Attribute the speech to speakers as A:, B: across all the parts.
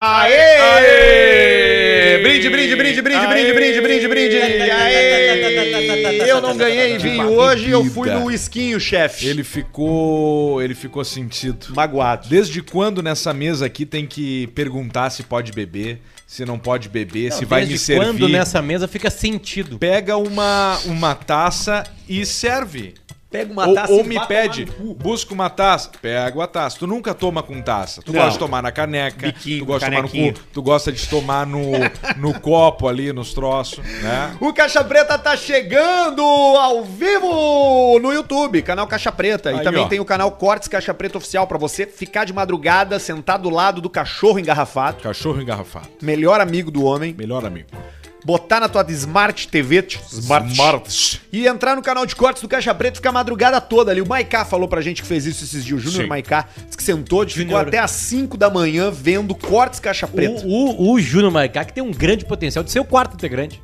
A: Aê!
B: Aê!
A: Brinde, brinde, brinde, brinde,
B: Aê!
A: brinde, brinde, brinde, brinde. Aê! Eu não ganhei vinho hoje, eu fui no esquinho, chefe.
B: Ele ficou. Ele ficou sentido.
A: magoado.
B: Desde quando nessa mesa aqui tem que perguntar se pode beber, se não pode beber, se
C: Não,
B: vai
C: desde
B: me servir?
C: quando
A: né,
C: nessa mesa fica sentido?
B: Pega uma, uma taça e serve.
A: Pega
B: Ou- ou, me pede, busca uma taça, pega a taça. Tu nunca toma com taça. Tu
A: Não.
B: gosta de tomar na caneca,
A: Biquinho,
B: tu gosta de tomar
A: canequinha.
B: no cu, tu gosta de tomar no, no copo ali, nos troços, né?
A: O Caixa Preta tá chegando ao vivo no YouTube, canal Caixa Preta. e
B: Aí,
A: também
B: ó.
A: tem o canal Cortes Caixa Preta Oficial pra você ficar de madrugada, sentar do lado do cachorro engarrafado,
B: Cachorro engarrafado.
A: melhor amigo do homem,
B: Melhor amigo.
A: botar na tua Smart TV, tch, Smart,
B: Smart.
A: e entrar no canal de cortes do Caixa Preta e ficar a madrugada toda ali. O Maiká falou pra gente que fez isso esses dias. O Júnior
B: Sim.
A: Maiká disse que sentou, ficou
C: Júnior.
A: até às 5 da manhã vendo cortes Caixa Preta.
C: O, o, o Júnior Maicá, que tem um grande potencial de ser o quarto integrante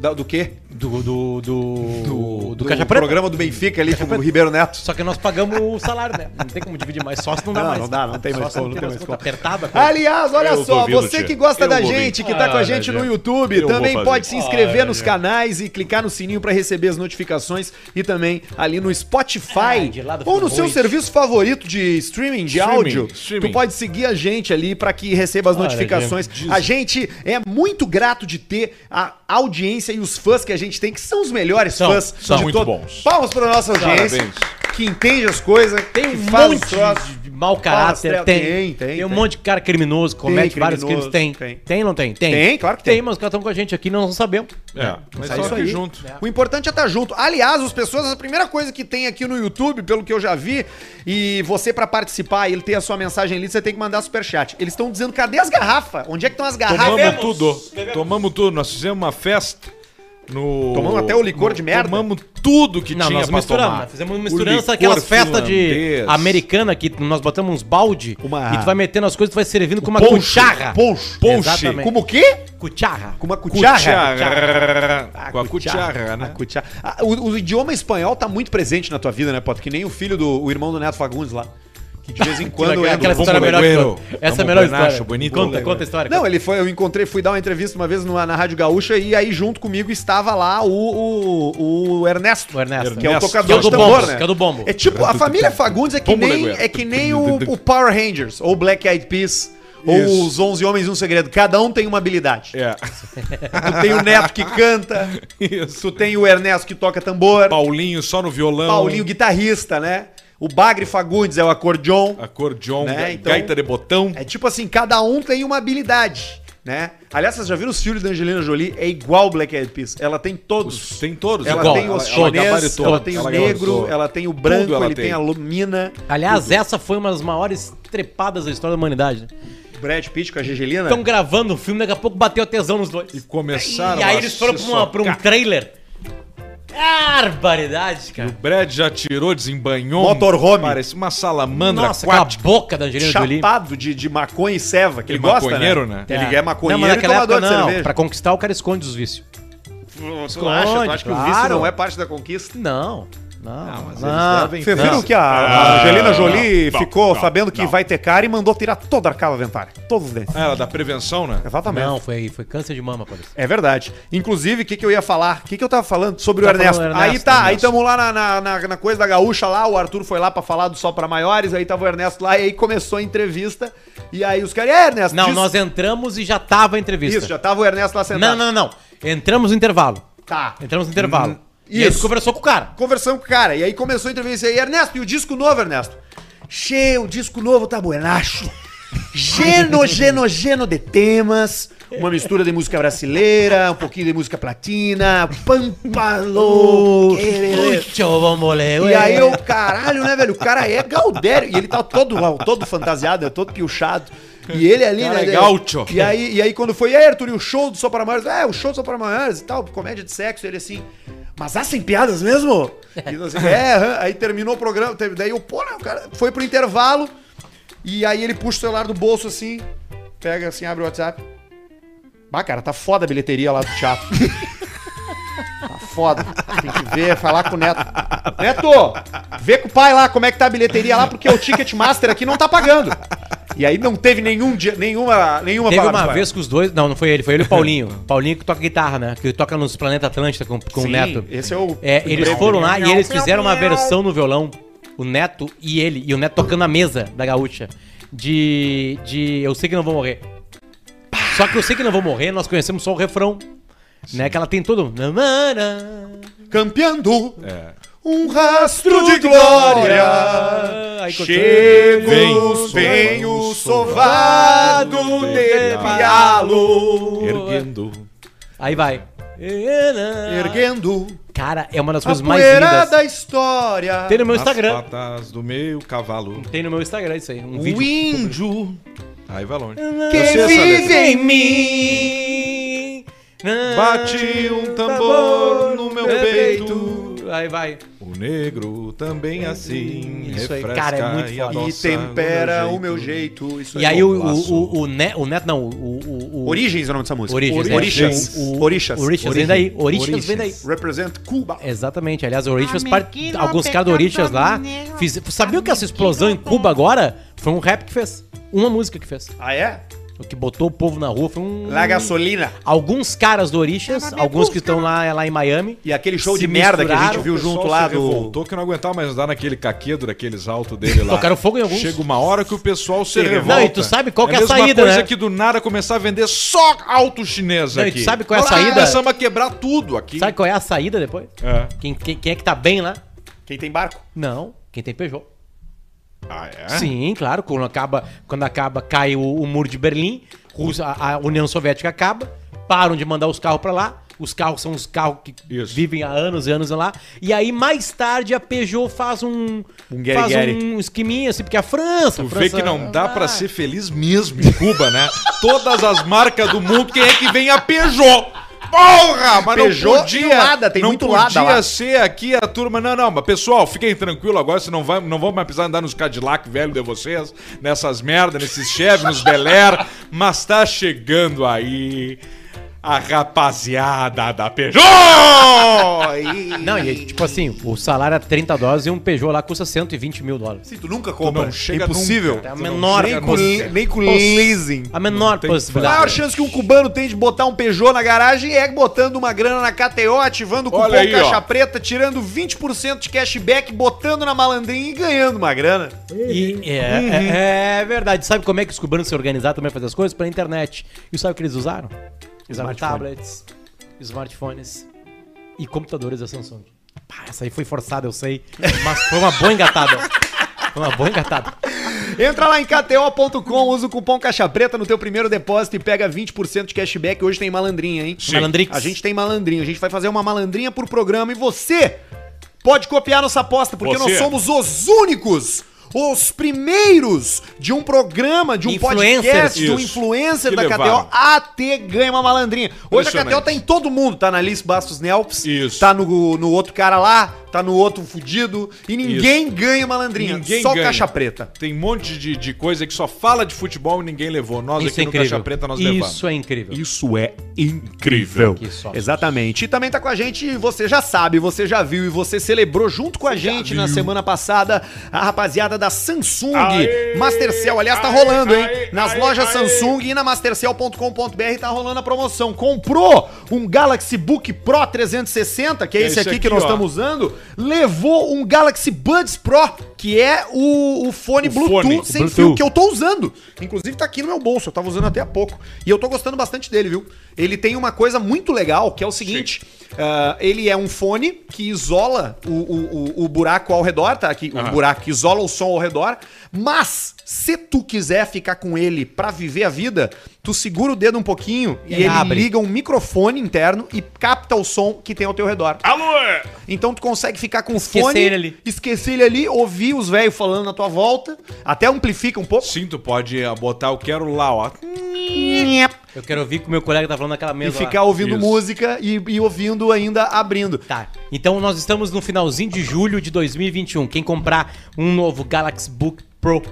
A: Da- do quê?
C: do, do, do, do,
A: Do
C: Caixa Preta.
A: programa do Benfica ali com o Ribeiro Neto.
C: Só que nós pagamos o salário, né? Não tem como dividir mais, sócio não dá
A: Não,
C: mais.
A: não dá, não tem mais
C: Sócio
A: como, não tem mais
C: conta.
A: como.
C: Apertada. a conta.
A: Aliás, olha
D: Eu
A: só,
D: duvido,
A: você
D: tia.
A: que gosta
D: Eu
A: da
D: vou
A: gente, que tá com a
D: Ah,
A: gente no
D: tia.
A: YouTube,
D: Eu vou
A: também
D: fazer.
A: pode se inscrever
C: Ah,
A: nos
C: é.
A: canais e clicar no sininho pra receber as notificações e também ali no Spotify
C: Ah, de lá do
A: ou no
C: Fernando
A: seu
C: Ruiz.
A: serviço favorito de streaming de
B: Streaming,
A: áudio. Tu
B: streaming.
A: pode seguir a gente ali pra que receba as
C: Olha,
A: notificações.
B: gente,
A: A gente é muito grato de ter a audiência e os fãs que a gente tem, que são os melhores
C: São,
A: fãs.
C: são
A: de
B: muito
A: todo-
B: bons.
A: Palmas pra nossa audiência. Que entende as coisas,
C: Tem
A: que
C: um
A: faz os
C: monte
A: troços.
C: de- de mau caráter.
A: Fala,
C: tem,
A: tem, tem, tem.
C: um monte de cara criminoso, comete vários crimes.
A: criminoso,
C: Tem.
A: tem.
C: tem. não tem? Tem.
A: Tem, claro que tem.
C: Tem, mas os caras estão com a gente aqui, nós não sabemos.
B: É, mas
A: É
B: só
A: isso
B: que
A: aí.
B: junto.
A: O importante é estar junto. Aliás, as pessoas, a primeira coisa que tem aqui no YouTube, pelo que eu já vi, e você pra participar e ele ter a sua mensagem ali, você tem que mandar superchat. Eles estão dizendo, cadê as garrafas? Onde é que estão as garrafas?
B: Tomamos tudo. Tomamos tudo. Nós fizemos uma festa no.
A: Tomamos até o licor de merda?
B: Tomamos tudo que
C: Não,
B: tinha
C: nós
B: pra
C: misturamos.
A: né?
B: tomar.
C: nós Fizemos
B: O
C: misturança
B: licor
C: aquelas festas de
B: finlandês.
C: americana que nós botamos uns balde
A: Uma-
C: e tu vai metendo as coisas e tu vai servindo com uma
B: ponche.
C: cucharra.
A: Poncho.
B: Ponche.
C: Exatamente.
A: Como o quê?
C: Cucharra.
A: Com uma
B: Cucharra.
A: cuchara?
B: Com a cuchara,
A: A
B: né?
A: cuchara. Ah, o, o idioma espanhol tá muito presente na tua vida, né, Potter? Que nem o filho do o irmão do Neto Fagundes lá. Que de vez em quando
C: aquela,
A: entra-
C: aquela história é melhor que
B: Bombonegüero.
C: outra. Essa é a
A: um
B: Vamos
C: melhor
B: bonacho,
C: história.
B: bonito.
C: Conta, conta a história.
A: Não, ele foi, eu encontrei, fui dar uma entrevista uma vez numa- na Rádio Gaúcha e aí junto comigo estava lá o, o, o Ernesto.
C: O Ernesto.
A: Que é o
B: Ernesto.
A: tocador
C: Que é o
A: de
C: do
A: tambor,
C: Bombos,
A: né?
C: que é o do Bombo.
A: É tipo, a família Fagundes é que
B: Bombo
A: nem,
B: Leguero.
A: é que nem o, o Power Rangers, ou Black Eyed Peas, ou
B: Isso.
A: os 11 Homens e um Segredo. Cada um tem uma habilidade.
B: É.
A: Tu tem o Neto que canta,
B: Isso.
A: tu tem o Ernesto que toca tambor,
B: Paulinho só no violão.
A: Paulinho guitarrista, né? O Bagre Fagundes é o acordeon.
B: Acordeon,
A: Né,
B: ga-
A: então-
B: gaita de botão.
A: É tipo assim, cada um tem uma habilidade, né? Aliás, vocês já viram os filhos da Angelina Jolie? É igual Black Eyed Peas. Ela tem todos.
B: Tem todos.
A: Ela
C: igual.
A: tem o
C: Ela-
A: chinês, ela,
B: gabaritou.
A: tem o
B: Ela
A: negro,
B: gabaritou.
A: ela tem o branco,
B: Tudo ela
A: ele tem,
B: tem.
A: a lumina.
C: Aliás, essa foi uma das maiores trepadas da história da humanidade. né?
A: Brad Pitt com a Angelina.
C: Estão gravando o filme, daqui Então a pouco bateu a tesão nos dois.
B: E
C: E,
B: começaram
C: aí
B: a
C: eles foram pra,
B: se
C: uma- pra um
B: socar.
C: trailer. Barbaridade,
B: O
C: cara.
B: Brad já tirou, desembanhou.
A: Motorhome.
B: Parece uma salamandra
C: Nossa, aquela
B: aquática.
C: boca da Angelina Jolie.
A: chapado de, de maconha e ceva, que ele,
B: Ele
A: gosta,
B: maconheiro, né?
A: Ele é maconheiro
C: não, mas
A: e
C: naquela
A: tomador
C: época,
A: de
C: não.
A: cerveja.
C: Pra conquistar, o cara esconde os vícios.
A: Tu acha, tu acha que Ah, o vício
C: claro.
A: não é parte da conquista?
C: Não. Não,
B: mas
C: não. Ah,
B: eles devem-
A: Vocês viram
B: Não.
A: que a, a Angelina Jolie
D: não,
A: ficou
D: não,
A: sabendo que
D: não.
A: vai ter cara e mandou tirar toda a arcada dentária. Todos os dentes.
B: Ah, Ela da prevenção, né?
A: Exatamente.
C: Não, foi, foi câncer de mama, parece.
A: É verdade. Inclusive, o que, que eu ia falar? O que, que eu tava falando sobre o
C: Tá
A: Ernesto?
C: falando do
A: Aí
C: Ernesto,
A: tá, aí
C: Ernesto.
A: tamo lá na, na, na- na coisa da gaúcha lá, o Arthur foi lá pra falar do Só Pra Maiores, aí tava o Ernesto lá, e aí começou a entrevista, e aí os caras, é, Ernesto,
C: Não,
A: diz-
C: nós entramos e já tava a entrevista.
A: Isso, já tava o Ernesto lá sentado.
C: Não, Então- não, não. Entramos no intervalo.
A: Tá.
C: Entramos no intervalo. E
A: isso.
C: ele conversou com o cara.
A: Conversamos com o cara, e aí começou a entrevista, e aí, Ernesto, e o disco novo, Ernesto? Che, o disco novo tá buenacho. Geno, geno, geno de temas. Uma mistura de música brasileira, um pouquinho de música platina, pampalo. querere.
C: É,
A: E aí eu, caralho, né, velho? O cara é Gaudério. E ele tá todo, todo fantasiado, né, todo piochado. E ele ali,
B: Cara,
A: né?
B: é
A: né,
B: gaúcho.
A: E aí, e aí quando foi, e aí, Arthur, e o show do Só Para Maiores? É, o show do Só Para Maiores e tal, comédia de sexo. Ele assim, mas há sem piadas mesmo? E nós, é, aham. aí terminou o programa. teve- Daí eu, pô, né, o cara foi pro intervalo. E aí ele puxa o celular do bolso assim, pega assim, abre o WhatsApp. Bah, cara, tá foda a bilheteria lá do teatro. tá foda. Tem que ver, falar com o Neto. Neto, vê com o pai lá como é que tá a bilheteria lá, porque o Ticketmaster aqui não tá pagando. E aí não teve nenhum dia, nenhuma, nenhuma
C: Teve
A: palavra
C: uma
A: com ela.
C: vez que os dois. Não, não foi ele, foi ele e o Paulinho. Paulinho que toca guitarra, né? Que toca nos Planeta Atlântida com, com o
A: Sim,
C: Neto.
A: Esse é o.
C: É, eles foram lá e eles fizeram uma versão no violão, o Neto e ele, e o Neto tocando na mesa da gaúcha, de, de Eu Sei Que Não Vou Morrer. Só que Eu Sei Que Não Vou Morrer, nós conhecemos só o refrão, né? Que ela tem todo... um nanana,
A: Campeando
B: É.
A: um rastro de glória.
C: Ah, aí continua.
A: Chego,
B: Venho,
A: venho
B: sovado,
A: sovado de
B: de
A: pialo.
B: Erguendo.
C: Aí vai.
A: Erguendo
C: Cara, é uma das
A: a
C: coisas mais
A: poeira
C: lindas.
A: da história.
C: Tem no meu
B: As
C: Instagram.
B: patas do meu cavalo.
C: Tem no meu Instagram isso aí, um
B: O
C: vídeo.
B: índio. Aí vai longe.
A: Quem
B: Você, essa
A: vive
B: letra.
A: em
C: mim.
B: Bate um
C: Tá
B: tambor no meu peito. Tá
C: Aí vai.
B: O negro
A: É
B: também assim
C: Isso aí,
B: refresca
C: cara, é muito
B: e,
C: foda.
A: E
B: adoça
A: tempera o meu jeito. Isso é
C: E aí o,
B: Golaço.
C: o, o, o, ne o Neto, não, o... o, o
A: Origens é o nome dessa música.
C: Origens, é.
A: Orixas.
C: O- o-
A: Orixas.
C: Orixas, vem daí. Orixas, vem daí.
A: Represent Cuba.
C: É. Exatamente, aliás, o Orixas, part... alguns caras do Orixas lá, fiz... sabia que essa explosão em Cuba agora foi um rap que fez, uma música que fez,
A: Ah, é?
C: o que botou o povo na rua foi um...
A: La gasolina.
C: Alguns caras do Orixas, alguns que
B: né?
C: estão lá, lá em Miami,
A: E aquele show
C: Se
A: de merda que a gente
C: misturaram,
A: viu junto lá do.
B: Voltou que não aguentava mais andar naquele caquedo daqueles altos dele lá.
C: tocaram fogo em alguns.
B: Chega uma hora que o pessoal se
A: Não, e
B: revolta.
C: tu sabe qual que é a
B: mesma
C: saída,
B: coisa
C: né?
B: que do nada começar a vender só alto chinês
C: Não, e
B: aqui.
C: tu sabe qual é a
B: Nós
C: saída?
B: Começamos a quebrar tudo aqui.
C: Sabe qual é a saída depois?
B: É.
C: Quem, quem, quem é que tá bem lá?
A: Quem tem barco?
C: Não, quem tem Peugeot.
B: Ah, é?
C: Sim, claro, quando acaba, quando acaba cai o, o muro de Berlim, Rússia- a, a União Soviética acaba, param de mandar os carros pra lá, os carros são os carros que
B: Isso.
C: vivem há anos e anos lá, e aí mais tarde a Peugeot faz um,
A: Um
C: faz
A: guere-guere.
C: um esqueminha assim, porque a França...
B: Tu
C: a
B: vê
C: França-
B: que não dá pra
C: Ah,
B: ser feliz mesmo em Cuba, né? Todas as marcas do mundo, quem é que vem é a Peugeot? Porra! Mas
A: Peugeot
B: não podia,
A: e Lada, tem
B: não
A: muito
B: podia
A: Lada lá.
B: ser aqui a turma. Não, não, mas pessoal, fiquem tranquilo agora, vocês não, vai, não vão mais precisar andar nos Cadillac velho de vocês, nessas merda, nesses Chevy, nos Bel Air. Mas tá chegando aí a rapaziada da Peugeot!
C: Ah, Não, e tipo assim, o salário é 30 dólares e um Peugeot lá custa 120 mil dólares.
A: Sim, tu nunca
B: Tu
A: compra.
B: impossível.
C: É a
A: Tá
C: menor
A: Nem com,
C: possi-
A: nem com leasing.
C: A menor
B: tem que
A: A maior
C: possibilidade.
A: chance que um cubano tem de botar um Peugeot na garagem é botando uma grana na KTO, ativando o cupom
B: Olha aí,
A: Caixa
B: ó.
A: Preta, tirando 20% de cashback, botando na malandrinha e ganhando uma grana.
C: E é,
A: Uhum.
C: é- é verdade. Sabe como é que os cubanos se organizaram também pra fazer as coisas? Pela internet. E sabe o que eles usaram? Usaram tablets, smartphones e computadores da Samsung. Pá, essa aí foi forçada, eu sei. Mas foi uma boa engatada. Foi uma boa engatada.
A: Entra lá em KTO.com, usa o cupom Caixa Preta no teu primeiro depósito e pega 20% de cashback. Hoje tem malandrinha, hein?
B: Sim.
C: Malandrix.
A: A gente tem malandrinha. A gente vai fazer uma malandrinha por programa e você pode copiar nossa aposta, porque
B: Você.
A: nós somos os únicos. Os primeiros de um programa, de um
C: Influencers.
A: podcast, de um
B: Isso.
A: influencer
B: Que
A: da
B: levaram.
A: KTO a ter ganho uma malandrinha. Hoje a
B: Impressionante.
A: KTO tá em todo mundo. Tá na Alice Bastos Nelps,
B: Isso.
A: tá no, no outro cara lá, tá no outro fudido. E ninguém ganha malandrinha.
B: Ninguém
A: só
B: ganha.
A: caixa preta.
B: Tem um monte de, de coisa que só fala de futebol e ninguém levou. Nós
C: Isso
B: aqui
C: é
B: no
C: incrível.
B: Caixa Preta nós levamos.
C: Isso é incrível.
A: Isso é incrível.
C: Que só.
A: Exatamente. E também tá com a gente, você já sabe, você já viu e você celebrou junto com a gente na semana passada a rapaziada da Samsung
B: Aê!
A: Mastercell. Aliás, tá
B: Aê,
A: rolando, hein?
B: aê,
A: Nas
B: aê,
A: lojas
B: aê.
A: Samsung e na mastercell.com.br tá rolando a promoção. Comprou um Galaxy Book Pro 360, que é,
B: É
A: esse
B: esse
A: aqui que
B: aqui,
A: nós
B: ó.
A: estamos usando, levou um Galaxy Buds Pro, que é o, o fone
B: O
A: Bluetooth
B: fone,
A: sem
C: Bluetooth.
A: fio que eu tô usando. Inclusive tá aqui no meu bolso, eu tava usando até há pouco. E eu tô gostando bastante dele, viu? Ele tem uma coisa muito legal, que é o seguinte. ah, ele é um fone que isola o, o, o- o buraco ao redor, tá? Aqui, O
B: Aham.
A: buraco que isola o som ao redor. Mas, se tu quiser ficar com ele pra viver a vida, tu segura o dedo um pouquinho e,
C: E
A: ele
C: abre.
A: liga um microfone interno e capta o som que tem ao teu redor.
B: Alô!
A: Então tu consegue ficar com o
C: Esquecer
A: fone,
C: ele ali.
A: esquecer ele ali, ouvir os velhos falando na tua volta, até amplifica um pouco.
B: Sim, tu pode ah, botar o quero lá, ó.
C: Eu quero ouvir que o meu colega tá falando naquela
A: e
C: mesa. lá.
A: ficar ouvindo
B: Isso.
A: música e, e ouvindo ainda abrindo.
C: Tá, então nós estamos um no finalzinho de julho de 2021. Quem comprar um novo Galaxy Book Pro